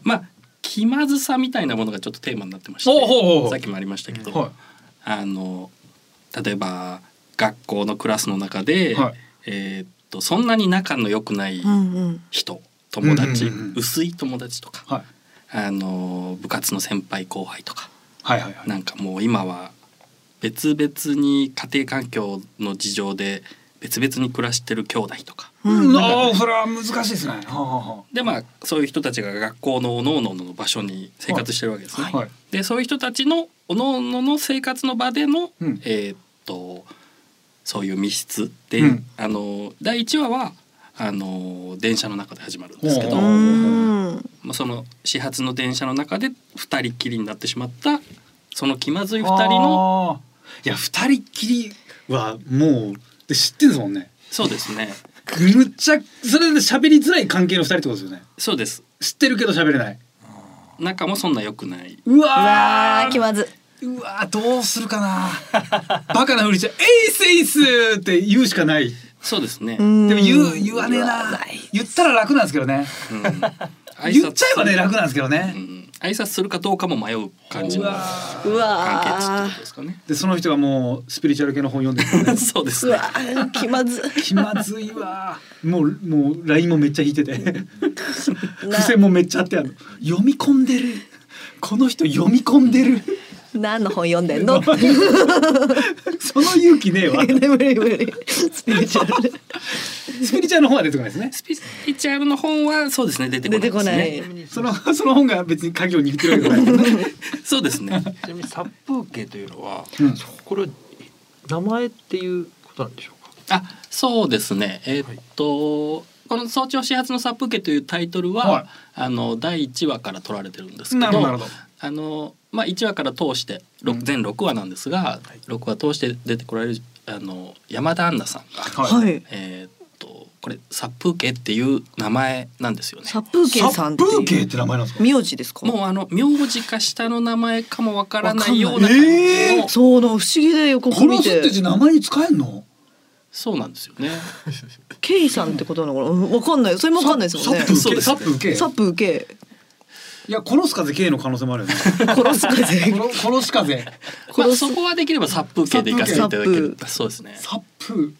[SPEAKER 5] まあ気まずさみたいなものがちょっとテーマになってまして
[SPEAKER 2] おうほうほうほう
[SPEAKER 5] さっきもありましたけど、
[SPEAKER 2] は
[SPEAKER 5] あの例えば学校のクラスの中で、
[SPEAKER 2] はい
[SPEAKER 5] えーっとそんなに仲の良くない
[SPEAKER 3] うんうん
[SPEAKER 5] 人友達、
[SPEAKER 2] うんうんうんうん
[SPEAKER 5] 薄い友達とか、
[SPEAKER 2] いはい
[SPEAKER 5] あの部活の先輩後輩とか
[SPEAKER 2] はいはいはい
[SPEAKER 5] なんかもう今は別々に家庭環境の事情で別々に暮らしてる兄弟とか
[SPEAKER 2] うん
[SPEAKER 3] うん
[SPEAKER 2] ああそれは難しいですねはあはあは
[SPEAKER 5] でまあそういう人たちが学校のおのおのの場所に生活してるわけですね。
[SPEAKER 2] あはい
[SPEAKER 5] でそういう人たちのおのおのの生活の場での、
[SPEAKER 2] うん
[SPEAKER 5] えーっとそういう密室で、
[SPEAKER 2] うん
[SPEAKER 5] あの第1話はあの電車の中で始まるんですけど、
[SPEAKER 2] ほ
[SPEAKER 3] う
[SPEAKER 2] う
[SPEAKER 3] ーん
[SPEAKER 5] まあ、その始発の電車の中で2人きりになってしまったその気まずい2人の
[SPEAKER 2] あーいや二人っきりはもうで知ってんですもんね
[SPEAKER 5] そうですね
[SPEAKER 2] むっちゃそれで喋りづらい関係の二人ってことですよね
[SPEAKER 5] そうです
[SPEAKER 2] 知ってるけど喋れない
[SPEAKER 5] 仲もそんな良くないう
[SPEAKER 3] う
[SPEAKER 2] わ
[SPEAKER 3] わ
[SPEAKER 2] ー
[SPEAKER 3] ー気まず
[SPEAKER 2] うわーどうするかな バカなふりしちゃう「エイスエイス!」って言うしかない
[SPEAKER 5] そうです ね、うん
[SPEAKER 2] で
[SPEAKER 3] で
[SPEAKER 2] も言う言わねえな言ったら楽なんですけどね
[SPEAKER 5] 挨
[SPEAKER 2] 言っちゃえばね楽なんですすけどね、
[SPEAKER 5] うん、挨拶するかどうかも迷う感じの
[SPEAKER 2] うわ
[SPEAKER 5] 完
[SPEAKER 3] うわ
[SPEAKER 5] 結ってこ
[SPEAKER 3] ー
[SPEAKER 5] とですかね
[SPEAKER 2] でその人がもうスピリチュアル系の本読んでる からね
[SPEAKER 5] そうです
[SPEAKER 3] う
[SPEAKER 5] ね
[SPEAKER 3] わー気まず
[SPEAKER 2] 気まずいわもうもう LINE もめっちゃ引いてて
[SPEAKER 3] な
[SPEAKER 2] 付箋もめっちゃあってある読み込んでるこの人読み込んでる
[SPEAKER 3] 何の本読んでんの
[SPEAKER 2] その勇気ねえ わ
[SPEAKER 3] 無理無理スピリチュアル
[SPEAKER 2] スピリチュアルの本は出てこないですね
[SPEAKER 5] スピリチュアルの本はそうですね出てこない
[SPEAKER 3] 出てこな
[SPEAKER 5] で
[SPEAKER 3] い
[SPEAKER 5] すね
[SPEAKER 2] そのその本が別に鍵を握ってるわけじゃないですね
[SPEAKER 5] そうです ね
[SPEAKER 4] ちなみに殺風景というのは、
[SPEAKER 2] うん
[SPEAKER 4] これは名前っていうことなんでしょうか。
[SPEAKER 5] あそうですねえーっと、この「早朝始発の殺風景」というタイトルは、
[SPEAKER 2] はい
[SPEAKER 5] あの第1話から取られてるんですけ
[SPEAKER 2] なる
[SPEAKER 5] ど
[SPEAKER 2] ほどなるほど
[SPEAKER 5] あの、まあ、1話から通してろ
[SPEAKER 2] う
[SPEAKER 5] く
[SPEAKER 2] ん
[SPEAKER 5] 全6話なんですが、六6話通して出てこられるあの山田杏奈さんが、
[SPEAKER 2] はい
[SPEAKER 3] はい
[SPEAKER 5] えーっとこれ「殺風景」っていう名前なんですよね。
[SPEAKER 3] 殺風景さんって
[SPEAKER 2] 殺風景
[SPEAKER 3] い
[SPEAKER 2] っ
[SPEAKER 3] う
[SPEAKER 2] て名前なんですか
[SPEAKER 3] 名字ですか
[SPEAKER 5] もうあの名字か下の名前かもわからないよう
[SPEAKER 3] わか
[SPEAKER 5] なん
[SPEAKER 3] な
[SPEAKER 5] 感
[SPEAKER 3] い
[SPEAKER 5] じの、
[SPEAKER 2] え
[SPEAKER 3] そうなの不思議で予告見
[SPEAKER 2] 殺す
[SPEAKER 3] て
[SPEAKER 2] って字名前に使えんの
[SPEAKER 5] そうなんですよね。
[SPEAKER 3] ケイさんってことなのかなうんわかんないそれもわかんないですもんね
[SPEAKER 2] サ
[SPEAKER 5] そう
[SPEAKER 2] ップ
[SPEAKER 5] で
[SPEAKER 2] 受け
[SPEAKER 5] す
[SPEAKER 2] サ
[SPEAKER 5] ね
[SPEAKER 2] ップ受け
[SPEAKER 3] サップ受け
[SPEAKER 2] いや殺す風景の可能性もあるよね
[SPEAKER 3] 殺す風
[SPEAKER 2] 殺殺し風
[SPEAKER 5] まあ
[SPEAKER 3] 殺す
[SPEAKER 5] そこはできれば殺風景で行かせていただ
[SPEAKER 3] 殺
[SPEAKER 5] け
[SPEAKER 3] 風
[SPEAKER 5] る
[SPEAKER 3] 景。
[SPEAKER 5] そうですね。
[SPEAKER 2] サップ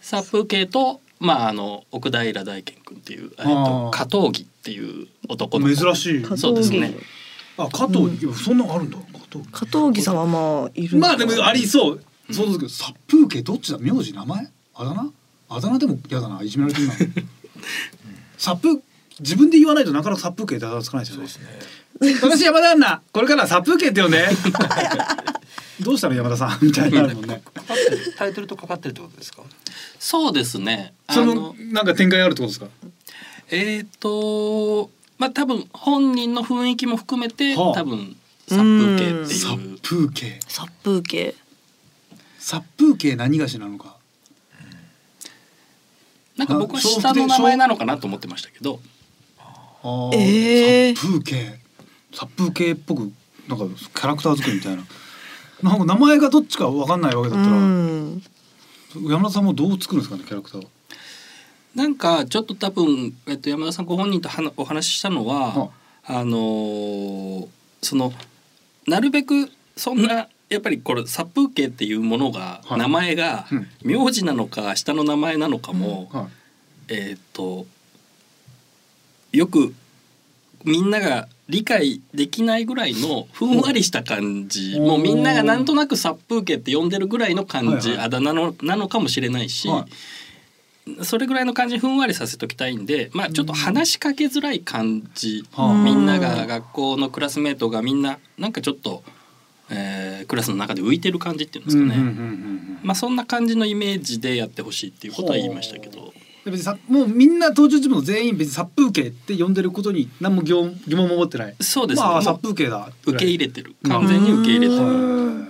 [SPEAKER 5] 殺風景と、まあ、あの奥平大賢君っていう、
[SPEAKER 2] あ
[SPEAKER 5] えっ
[SPEAKER 2] ー
[SPEAKER 5] と、加藤義っていう男の子
[SPEAKER 2] 珍しい
[SPEAKER 3] 加
[SPEAKER 5] そうで
[SPEAKER 3] 藤
[SPEAKER 5] す
[SPEAKER 3] 義、
[SPEAKER 5] ね
[SPEAKER 2] あ加藤、いやそんなのあるんだ加藤
[SPEAKER 3] 加藤義さんはまあいるの
[SPEAKER 2] ま
[SPEAKER 3] か
[SPEAKER 2] あで
[SPEAKER 3] な
[SPEAKER 2] もありそう。そうですけど、殺風景どっちだ名字名前あだ名あだ名でも嫌だないじめられてるな。殺風自分で言わないとなかなか殺風景ってあだ名つかないですよね。
[SPEAKER 4] ね。
[SPEAKER 2] 私山田アンナこれからは殺風景って呼んで。 どうしたの山田さんみたいになるもんね。
[SPEAKER 4] かかってるタイトルとかかってるってことですか。
[SPEAKER 5] そうですね。あ
[SPEAKER 2] その
[SPEAKER 5] の
[SPEAKER 2] なんか展開あるってことですか。
[SPEAKER 5] えっ、とまあ多分本人の雰囲気も含めて、
[SPEAKER 2] はあ
[SPEAKER 5] 多分殺風景って
[SPEAKER 2] 殺
[SPEAKER 5] いう。
[SPEAKER 2] 風景。
[SPEAKER 3] 殺風景
[SPEAKER 2] 殺風景何がしなのか。
[SPEAKER 5] なんか僕は
[SPEAKER 2] あそう
[SPEAKER 5] 下の名
[SPEAKER 2] そう
[SPEAKER 5] 前なのかなと思ってましたけど、
[SPEAKER 2] あー
[SPEAKER 3] ええ
[SPEAKER 2] 殺風景殺風景っぽくなんかキャラクター作りみたいな。なんか名前がどっちかわかんないわけだ
[SPEAKER 3] う
[SPEAKER 2] ったら。
[SPEAKER 3] ん
[SPEAKER 2] 山田さんもどう作るんですかねキャラクターは。
[SPEAKER 5] なんかちょっと多分えっと山田さんご本人とはなお話ししたのは、
[SPEAKER 2] は
[SPEAKER 5] あのーそのなるべくそんなやっぱりこれ殺風景っていうものが、
[SPEAKER 2] はい
[SPEAKER 5] 名前が、
[SPEAKER 2] うん
[SPEAKER 5] 名字なのか下の名前なのかも、
[SPEAKER 2] は
[SPEAKER 5] えーっとよくみんなが理解できないぐらいのふんわりした感じ
[SPEAKER 2] お
[SPEAKER 5] もうみんながなんとなく殺風景って呼んでるぐらいの感じ、
[SPEAKER 2] はいはい
[SPEAKER 5] あだ名のなのかもしれないし、
[SPEAKER 2] は
[SPEAKER 5] それぐらいの感じふんわりさせときたいんで、まあ、ちょっと話しかけづらい感じ、
[SPEAKER 2] はあ
[SPEAKER 5] みんなが学校のクラスメートがみんななんかちょっと、えークラスの中で浮いてる感じっていうんですかね、まあ、そんな感じのイメージでやってほしいっていうことは言いましたけど。
[SPEAKER 2] 別にさもうみんな登場人物全員別に殺風景って呼んでることに何も疑問疑問も持ってない。
[SPEAKER 5] そうですね、
[SPEAKER 2] まあ
[SPEAKER 5] もう
[SPEAKER 2] 殺風景だ。
[SPEAKER 5] 受け入
[SPEAKER 2] れ。
[SPEAKER 5] れてる完全に受け入れて
[SPEAKER 2] へ
[SPEAKER 5] る
[SPEAKER 2] ー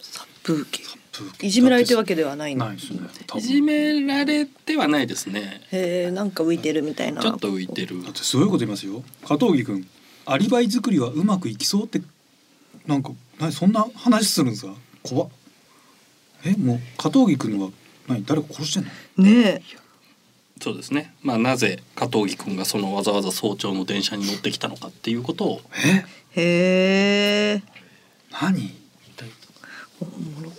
[SPEAKER 3] 殺風景
[SPEAKER 2] 殺風景
[SPEAKER 3] いじめられてるわけではないんだ
[SPEAKER 2] ないですね。多分
[SPEAKER 5] いじめられてはないですね
[SPEAKER 3] へえなんか浮いてるみたいな
[SPEAKER 5] ちょっと浮いてる
[SPEAKER 2] だってすごいこと言いますよ。加藤木君アリバイ作りはうまくいきそうってなんか何そんな話するんですか。怖っ。えもう加藤木君は何誰か殺してんの？
[SPEAKER 3] ねえ
[SPEAKER 5] そうですね、まあ、なぜ加藤木君がそのわざわざ早朝の電車に乗ってきたのかっていうことを
[SPEAKER 2] え
[SPEAKER 3] へえ。
[SPEAKER 2] 何
[SPEAKER 3] おもろ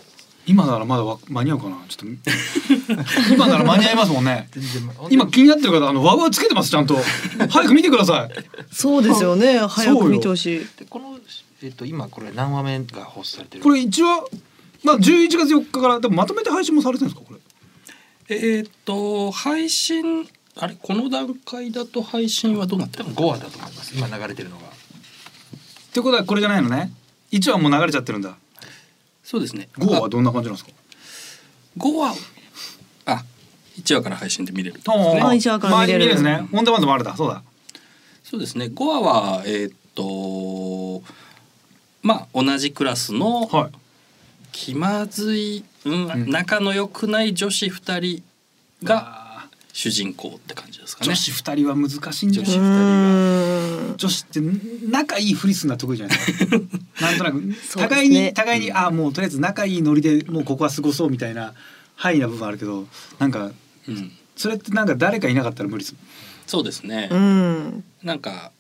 [SPEAKER 2] 今ならまだわ間に合うかなちょっと 今なら間に合いますもんね
[SPEAKER 4] 全然
[SPEAKER 2] 今気になってる方あのワグワグつけてますちゃんと早く見てください
[SPEAKER 3] そうですよね。早く見てほしい。
[SPEAKER 4] でこのえっと今これ何話目が放送されてる
[SPEAKER 2] これ一応まあ11月4日からでもまとめて配信もされてるんですかこれ
[SPEAKER 5] えーっと配信あれこの段階だと配信はどうなって
[SPEAKER 4] 多
[SPEAKER 5] るの
[SPEAKER 4] 分5話だと思います今流れてるのが
[SPEAKER 2] ってことはこれじゃないのね1話もう流れちゃってるんだ
[SPEAKER 5] そうですね
[SPEAKER 2] 5話はどんな感じなんですか
[SPEAKER 5] 5話あ1話から配信で見れる
[SPEAKER 3] あ一話から見れる
[SPEAKER 2] まあいいですねオンデマンドもあるだそうだ
[SPEAKER 5] そうですね5話はえーっとまあ同じクラスの
[SPEAKER 2] はい
[SPEAKER 5] 気まずい、うん
[SPEAKER 2] ん
[SPEAKER 5] 仲の良くない女子2人が主人公って感じですかね
[SPEAKER 2] 女子2人は難しいんじゃな
[SPEAKER 3] う
[SPEAKER 2] い
[SPEAKER 3] ーん。
[SPEAKER 2] 女子って仲いいふりするのは得意じ ゃないですかなんとなく
[SPEAKER 3] そうですね
[SPEAKER 2] 互いに互いにあもうとりあえず仲いいノリでもうここは過ごそうみたいな範囲な部分あるけどなんか
[SPEAKER 5] うん、
[SPEAKER 2] それってなんか誰かいなかったら無理です
[SPEAKER 5] そうですね、
[SPEAKER 3] うん。
[SPEAKER 5] なんか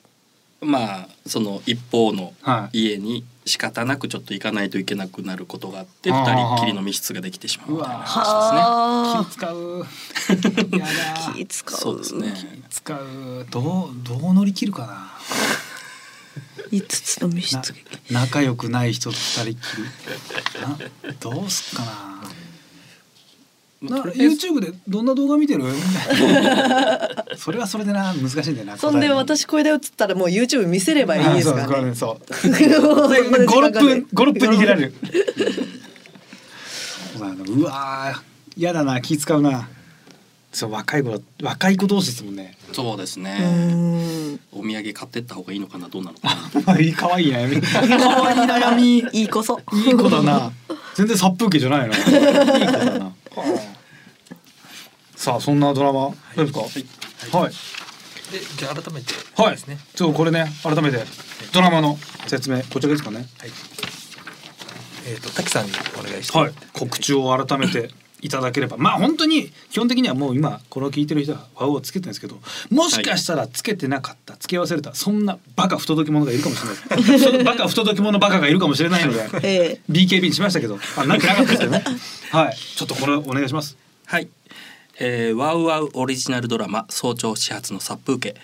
[SPEAKER 5] まあその一方の
[SPEAKER 2] はい
[SPEAKER 5] 家に仕方なくちょっと行かないといけなくなることがあって
[SPEAKER 2] あー
[SPEAKER 5] 二人っきりの密室ができてしまうみたいな話
[SPEAKER 2] 気
[SPEAKER 3] はあ。
[SPEAKER 2] 使うやだ
[SPEAKER 3] 気使う。
[SPEAKER 5] そうですね
[SPEAKER 2] 使うどうどう乗り切るかな
[SPEAKER 3] 五つの密
[SPEAKER 2] な
[SPEAKER 3] 室。
[SPEAKER 2] 仲良くない人と二人っきりなどうすっか
[SPEAKER 5] ですね。
[SPEAKER 2] なな
[SPEAKER 5] まあとりあえず
[SPEAKER 2] YouTube でどんな動画見てる それはそれでな難しいんだよな
[SPEAKER 3] そんで
[SPEAKER 2] 答え
[SPEAKER 3] 私これで映ったらもう YouTube 見せればいいです
[SPEAKER 2] あそう
[SPEAKER 3] か
[SPEAKER 2] これ
[SPEAKER 3] ね。
[SPEAKER 2] ねそう
[SPEAKER 3] 五
[SPEAKER 2] 五六分五六分逃げられる。そうなのうわー嫌だな気使うな。そう若い子若い子同士ですもんね。
[SPEAKER 5] そうです
[SPEAKER 3] う
[SPEAKER 5] ね。
[SPEAKER 3] ん。
[SPEAKER 5] お土産買ってった方がいいのかなどうなのかな。
[SPEAKER 2] まあいい可愛い悩み。可愛い悩み。い
[SPEAKER 3] いいこそ。
[SPEAKER 2] い子だな。全然殺風景じゃないな。いい子だな。 さあそんなドラマどうですか。はい。
[SPEAKER 4] でじゃあ改めて
[SPEAKER 2] はい
[SPEAKER 4] ですね
[SPEAKER 2] ちょっとこれね改めてドラマの説明こちらですかね。
[SPEAKER 4] はいえっと滝さんにお願いして
[SPEAKER 2] はい、告知を改めていただければまあ本当に基本的にはもう今これを聞いてる人はワウをつけてるんですけどもしかしたらつけてなかったつけ忘れたそんなバカ不届き者がいるかもしれないそのバカ不届き者バカがいるかもしれない ので
[SPEAKER 3] え
[SPEAKER 2] BKB にしましたけどあなってなかったですよねはいちょっとこれお願いします
[SPEAKER 5] はい、えー、ワウワウオリジナルドラマ早朝始発の殺風景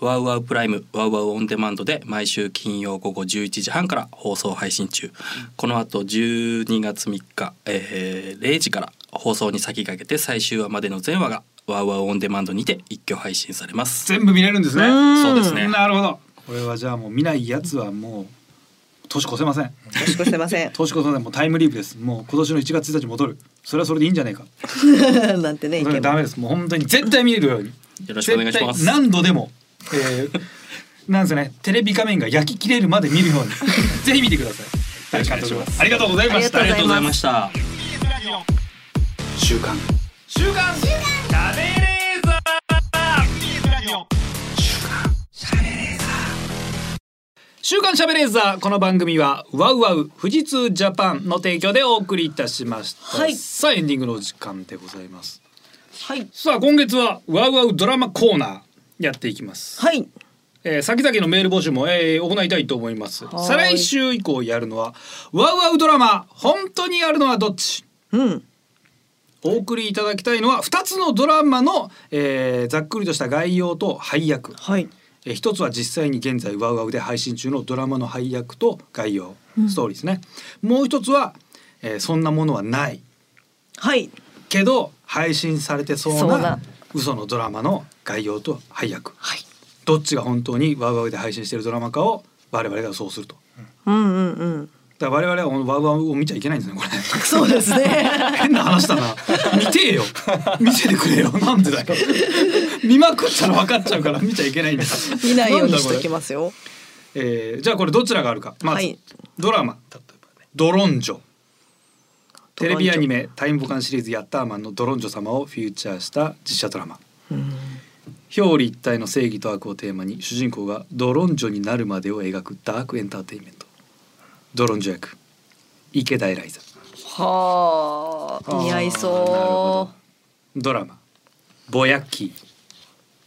[SPEAKER 5] ワウワウプライムワウワウオンデマンドで毎週金曜午後11時半から放送配信中この後12月3日、えー0時から放送に先駆けて最終話までの全話がワウワウオンデマンドにて一挙配信されます
[SPEAKER 2] 全部見れるんですね
[SPEAKER 3] うんそう
[SPEAKER 5] ですね
[SPEAKER 2] なるほどこれはじゃあもう見ないやつはもう年越せません
[SPEAKER 3] え。年越してません。
[SPEAKER 2] 年越せませんもうタイムリープですもう今年の1月1日戻るそれはそれでいいんじゃないか
[SPEAKER 3] なんてね意
[SPEAKER 2] それ
[SPEAKER 3] 見
[SPEAKER 2] ダ
[SPEAKER 3] も。
[SPEAKER 2] メですもう本当に絶対見れるように
[SPEAKER 5] よろしくお願いします
[SPEAKER 2] 絶対何度でも、え ー、なんですよねテレビ画面が焼き切れるまで見る ようにぜひ見てください
[SPEAKER 5] よろしくお願いします
[SPEAKER 2] ありがとうございました
[SPEAKER 5] ありがとうございました
[SPEAKER 2] 週刊週刊しゃべレーザーこの番組はワウワウ富士通ジャパンの提供でお送りいたしました、
[SPEAKER 3] はい
[SPEAKER 2] さあエンディングのお時間でございます
[SPEAKER 3] はい。
[SPEAKER 2] さあ今月はワウワウドラマコーナーやっていきます
[SPEAKER 3] はい。
[SPEAKER 2] えー、先々のメール募集も、えー、行いたいと思います
[SPEAKER 3] はーい
[SPEAKER 2] 再来週以降やるのはワウワウドラマ本当にやるのはどっち
[SPEAKER 3] うん。
[SPEAKER 2] お送りいただきたいのは2つのドラマの、えー、ざっくりとした概要と配役、
[SPEAKER 3] はい。
[SPEAKER 2] えー、1つは実際に現在ワウワウで配信中のドラマの配役と概要、ストーリーですねもう1つは、えー、そんなものはない
[SPEAKER 3] はい。
[SPEAKER 2] けど配信されてそう
[SPEAKER 3] そう
[SPEAKER 2] な
[SPEAKER 3] な
[SPEAKER 2] 嘘のドラマの概要と配役
[SPEAKER 3] はい。
[SPEAKER 2] どっちが本当にワウワウで配信しているドラマかを我々が予想すると。
[SPEAKER 3] うんうんうん。
[SPEAKER 2] だから我々はワウワウを見ちゃいけないんですねこれ
[SPEAKER 3] そうですね。
[SPEAKER 2] 変な話だな見てえよ見せてくれよなんでだよ見まくったら分かっちゃうから見ちゃいけないんだ
[SPEAKER 3] 見ないようにしとき
[SPEAKER 2] す、
[SPEAKER 3] ますよ。
[SPEAKER 2] えーじゃあこれどちらがあるかまず、
[SPEAKER 3] はい
[SPEAKER 2] ドラマ
[SPEAKER 4] 例えばね
[SPEAKER 2] 「ドロンジョ」
[SPEAKER 3] ド
[SPEAKER 2] テ
[SPEAKER 3] ロンジョ
[SPEAKER 2] レビアニメ「タイムボカン」シリーズ「ヤッターマン」のドロンジョ様をフィーチャーした実写ドラマ表裏一体の正義と悪をテーマに主人公がドロンジョになるまでを描くダークエンターテインメントドロンジョ役池田エライザ
[SPEAKER 3] はあ。似合い
[SPEAKER 2] なるほ
[SPEAKER 3] そ
[SPEAKER 2] どドラマぼやっきー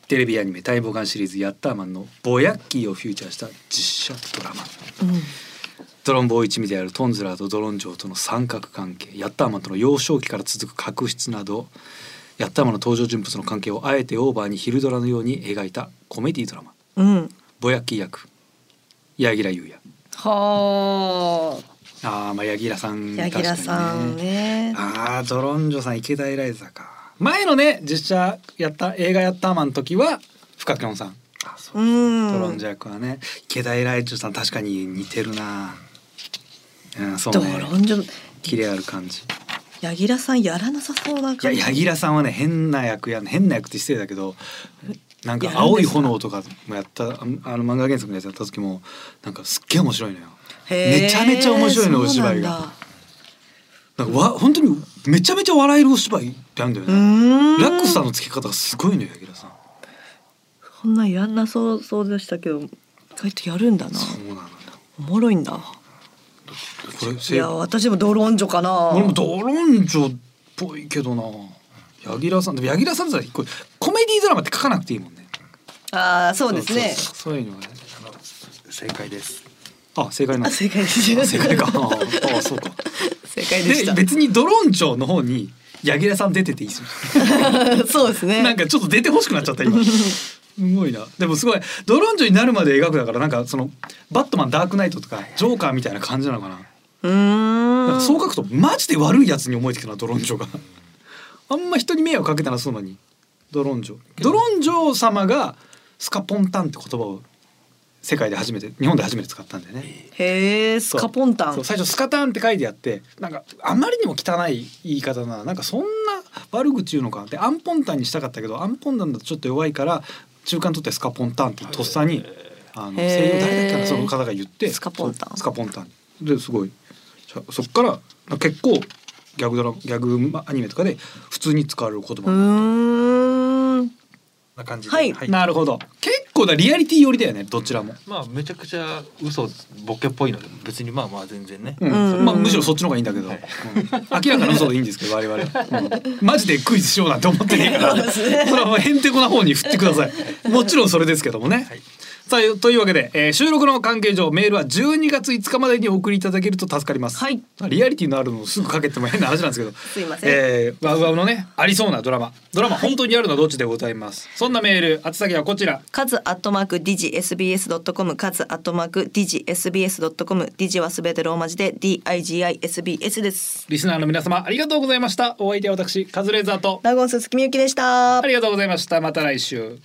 [SPEAKER 2] テレビアニメ待望館シリーズ「ヤッターマン」のぼやっきーをフューチャーした実写ドラマドロンボーイ一味であるトンズラーとドロンジョーとの三角関係ヤッターマンとの幼少期から続く確執などヤッターマンの登場人物の関係をあえてオーバーに昼ドラのように描いたコメディドラマ
[SPEAKER 3] うん。うん。
[SPEAKER 2] ぼやっきー役柳楽優弥
[SPEAKER 3] はあ。
[SPEAKER 2] あーまあ柳楽さん
[SPEAKER 3] 柳楽さんね。
[SPEAKER 2] ああドロンジョさん池田エライザか前のね実写やった映画やったーマンの時は深きょんさん
[SPEAKER 4] あそうう。
[SPEAKER 2] ドロ
[SPEAKER 3] ん
[SPEAKER 2] ンジ。ョ役はね池田エライザさん確かに似てるなうんそう
[SPEAKER 3] ド
[SPEAKER 2] ね
[SPEAKER 3] ロンジョ。
[SPEAKER 2] キレある感じい
[SPEAKER 3] 柳楽さんやらなさそうな
[SPEAKER 2] や
[SPEAKER 3] 感じ。
[SPEAKER 2] 柳楽さんはね変な役やん変な役って失礼だけどなんか青い炎とかもやったあの漫画原作のやつやった時もなんかすっげえ面白いのよ
[SPEAKER 3] へえ
[SPEAKER 2] めちゃめちゃ面白いのお芝居が。なんかわ本当にめちゃめちゃ笑えるお芝居ってあるんだよ
[SPEAKER 3] そう
[SPEAKER 2] ね
[SPEAKER 3] なんだ
[SPEAKER 2] ラ
[SPEAKER 3] うーん。
[SPEAKER 2] ックスさんの付け方がすごいのよ柳楽さん
[SPEAKER 3] そんなんやんなそうそうでしたけど、意外とやるんだな。
[SPEAKER 2] そうなんだ
[SPEAKER 3] おもろいんだ。
[SPEAKER 2] これ
[SPEAKER 3] い
[SPEAKER 2] せ
[SPEAKER 3] や私もドロンジョかな。
[SPEAKER 2] 俺もドロンジョっぽいけどな柳楽さんでも柳楽さんってこれコメディドラマって書かなくていいもんね
[SPEAKER 3] ああそうです
[SPEAKER 2] そう
[SPEAKER 3] ね。
[SPEAKER 2] そうそういうのがね
[SPEAKER 4] 正解です。
[SPEAKER 2] あ正解な
[SPEAKER 3] あ
[SPEAKER 2] の
[SPEAKER 3] 正解です。
[SPEAKER 2] あ正解かああそうか
[SPEAKER 3] 正解でし
[SPEAKER 2] で
[SPEAKER 3] た。
[SPEAKER 2] 別にドロンジョの方に柳楽さん出てていいですよ
[SPEAKER 3] そうですね。
[SPEAKER 2] なんかちょっと出てほしくなっちゃった 今すごいなでもすごいドロンジョになるまで描くだからなんかそのバットマンダークナイトとかジョーカーみたいな感じなのかな
[SPEAKER 3] うーん。
[SPEAKER 2] なんかそう書くとマジで悪いやつに思えてきたなドロンジョがあんま人に迷惑かけてなそうなのにドロンジョドロンジョ様がスカポンタンって言葉を世界で初めて日本で初めて使ったんだよね
[SPEAKER 3] へえス
[SPEAKER 2] そう
[SPEAKER 3] カポンタン
[SPEAKER 2] そう。最初スカタンって書いてあってなんかあまりにも汚い言い方だななんかそんな悪口言うのかでアンポンタンにしたかったけどアンポンタンだとちょっと弱いから中間取ってスカポンタンってとっさにあの
[SPEAKER 3] へー
[SPEAKER 2] 声優誰だっけなその方が言って
[SPEAKER 3] スカポンタン
[SPEAKER 2] そうスカポンタンですごいそっから結構ギャグドラギャグアニメとかで普通に使われる言
[SPEAKER 3] う
[SPEAKER 2] 葉、
[SPEAKER 3] ーん。
[SPEAKER 4] こんな感じで。
[SPEAKER 3] はい
[SPEAKER 2] なるほど結構だリアリティ寄りだよねどちらも、
[SPEAKER 4] まあめちゃくちゃ嘘ボケっぽいので別にまあまあ全然ね。
[SPEAKER 2] うん
[SPEAKER 3] うん
[SPEAKER 2] まあ、むしろそっちの方がいいんだけど、
[SPEAKER 4] はい
[SPEAKER 2] うん明らかな嘘でいいんですけど我々、うんマジでクイズしようなんて思ってねえ からそれはもうへんてこな方に振ってくださいもちろんそれですけどもね、
[SPEAKER 4] はい
[SPEAKER 2] さあというわけで、えー収録の関係上メールは12月5日までにお送りいただけると助かります、
[SPEAKER 3] はい
[SPEAKER 2] まあリアリティのあるのをすぐかけても変な話なんですけど
[SPEAKER 3] すいません
[SPEAKER 2] えー、ワウワウのねありそうなドラマドラマ本当にあるのはどっちでございます、そんなメール宛先はこちら
[SPEAKER 3] カズアットマークディジ SBS ドットコムカズアットマークディジ SBS ドットコムディジはすべてローマ字で D I G I S B S です。
[SPEAKER 2] リスナーの皆様ありがとうございましたお相手は私カズレーザーと
[SPEAKER 3] ラゴンス月見ゆきでした
[SPEAKER 2] あ。りがとうございましたまた来週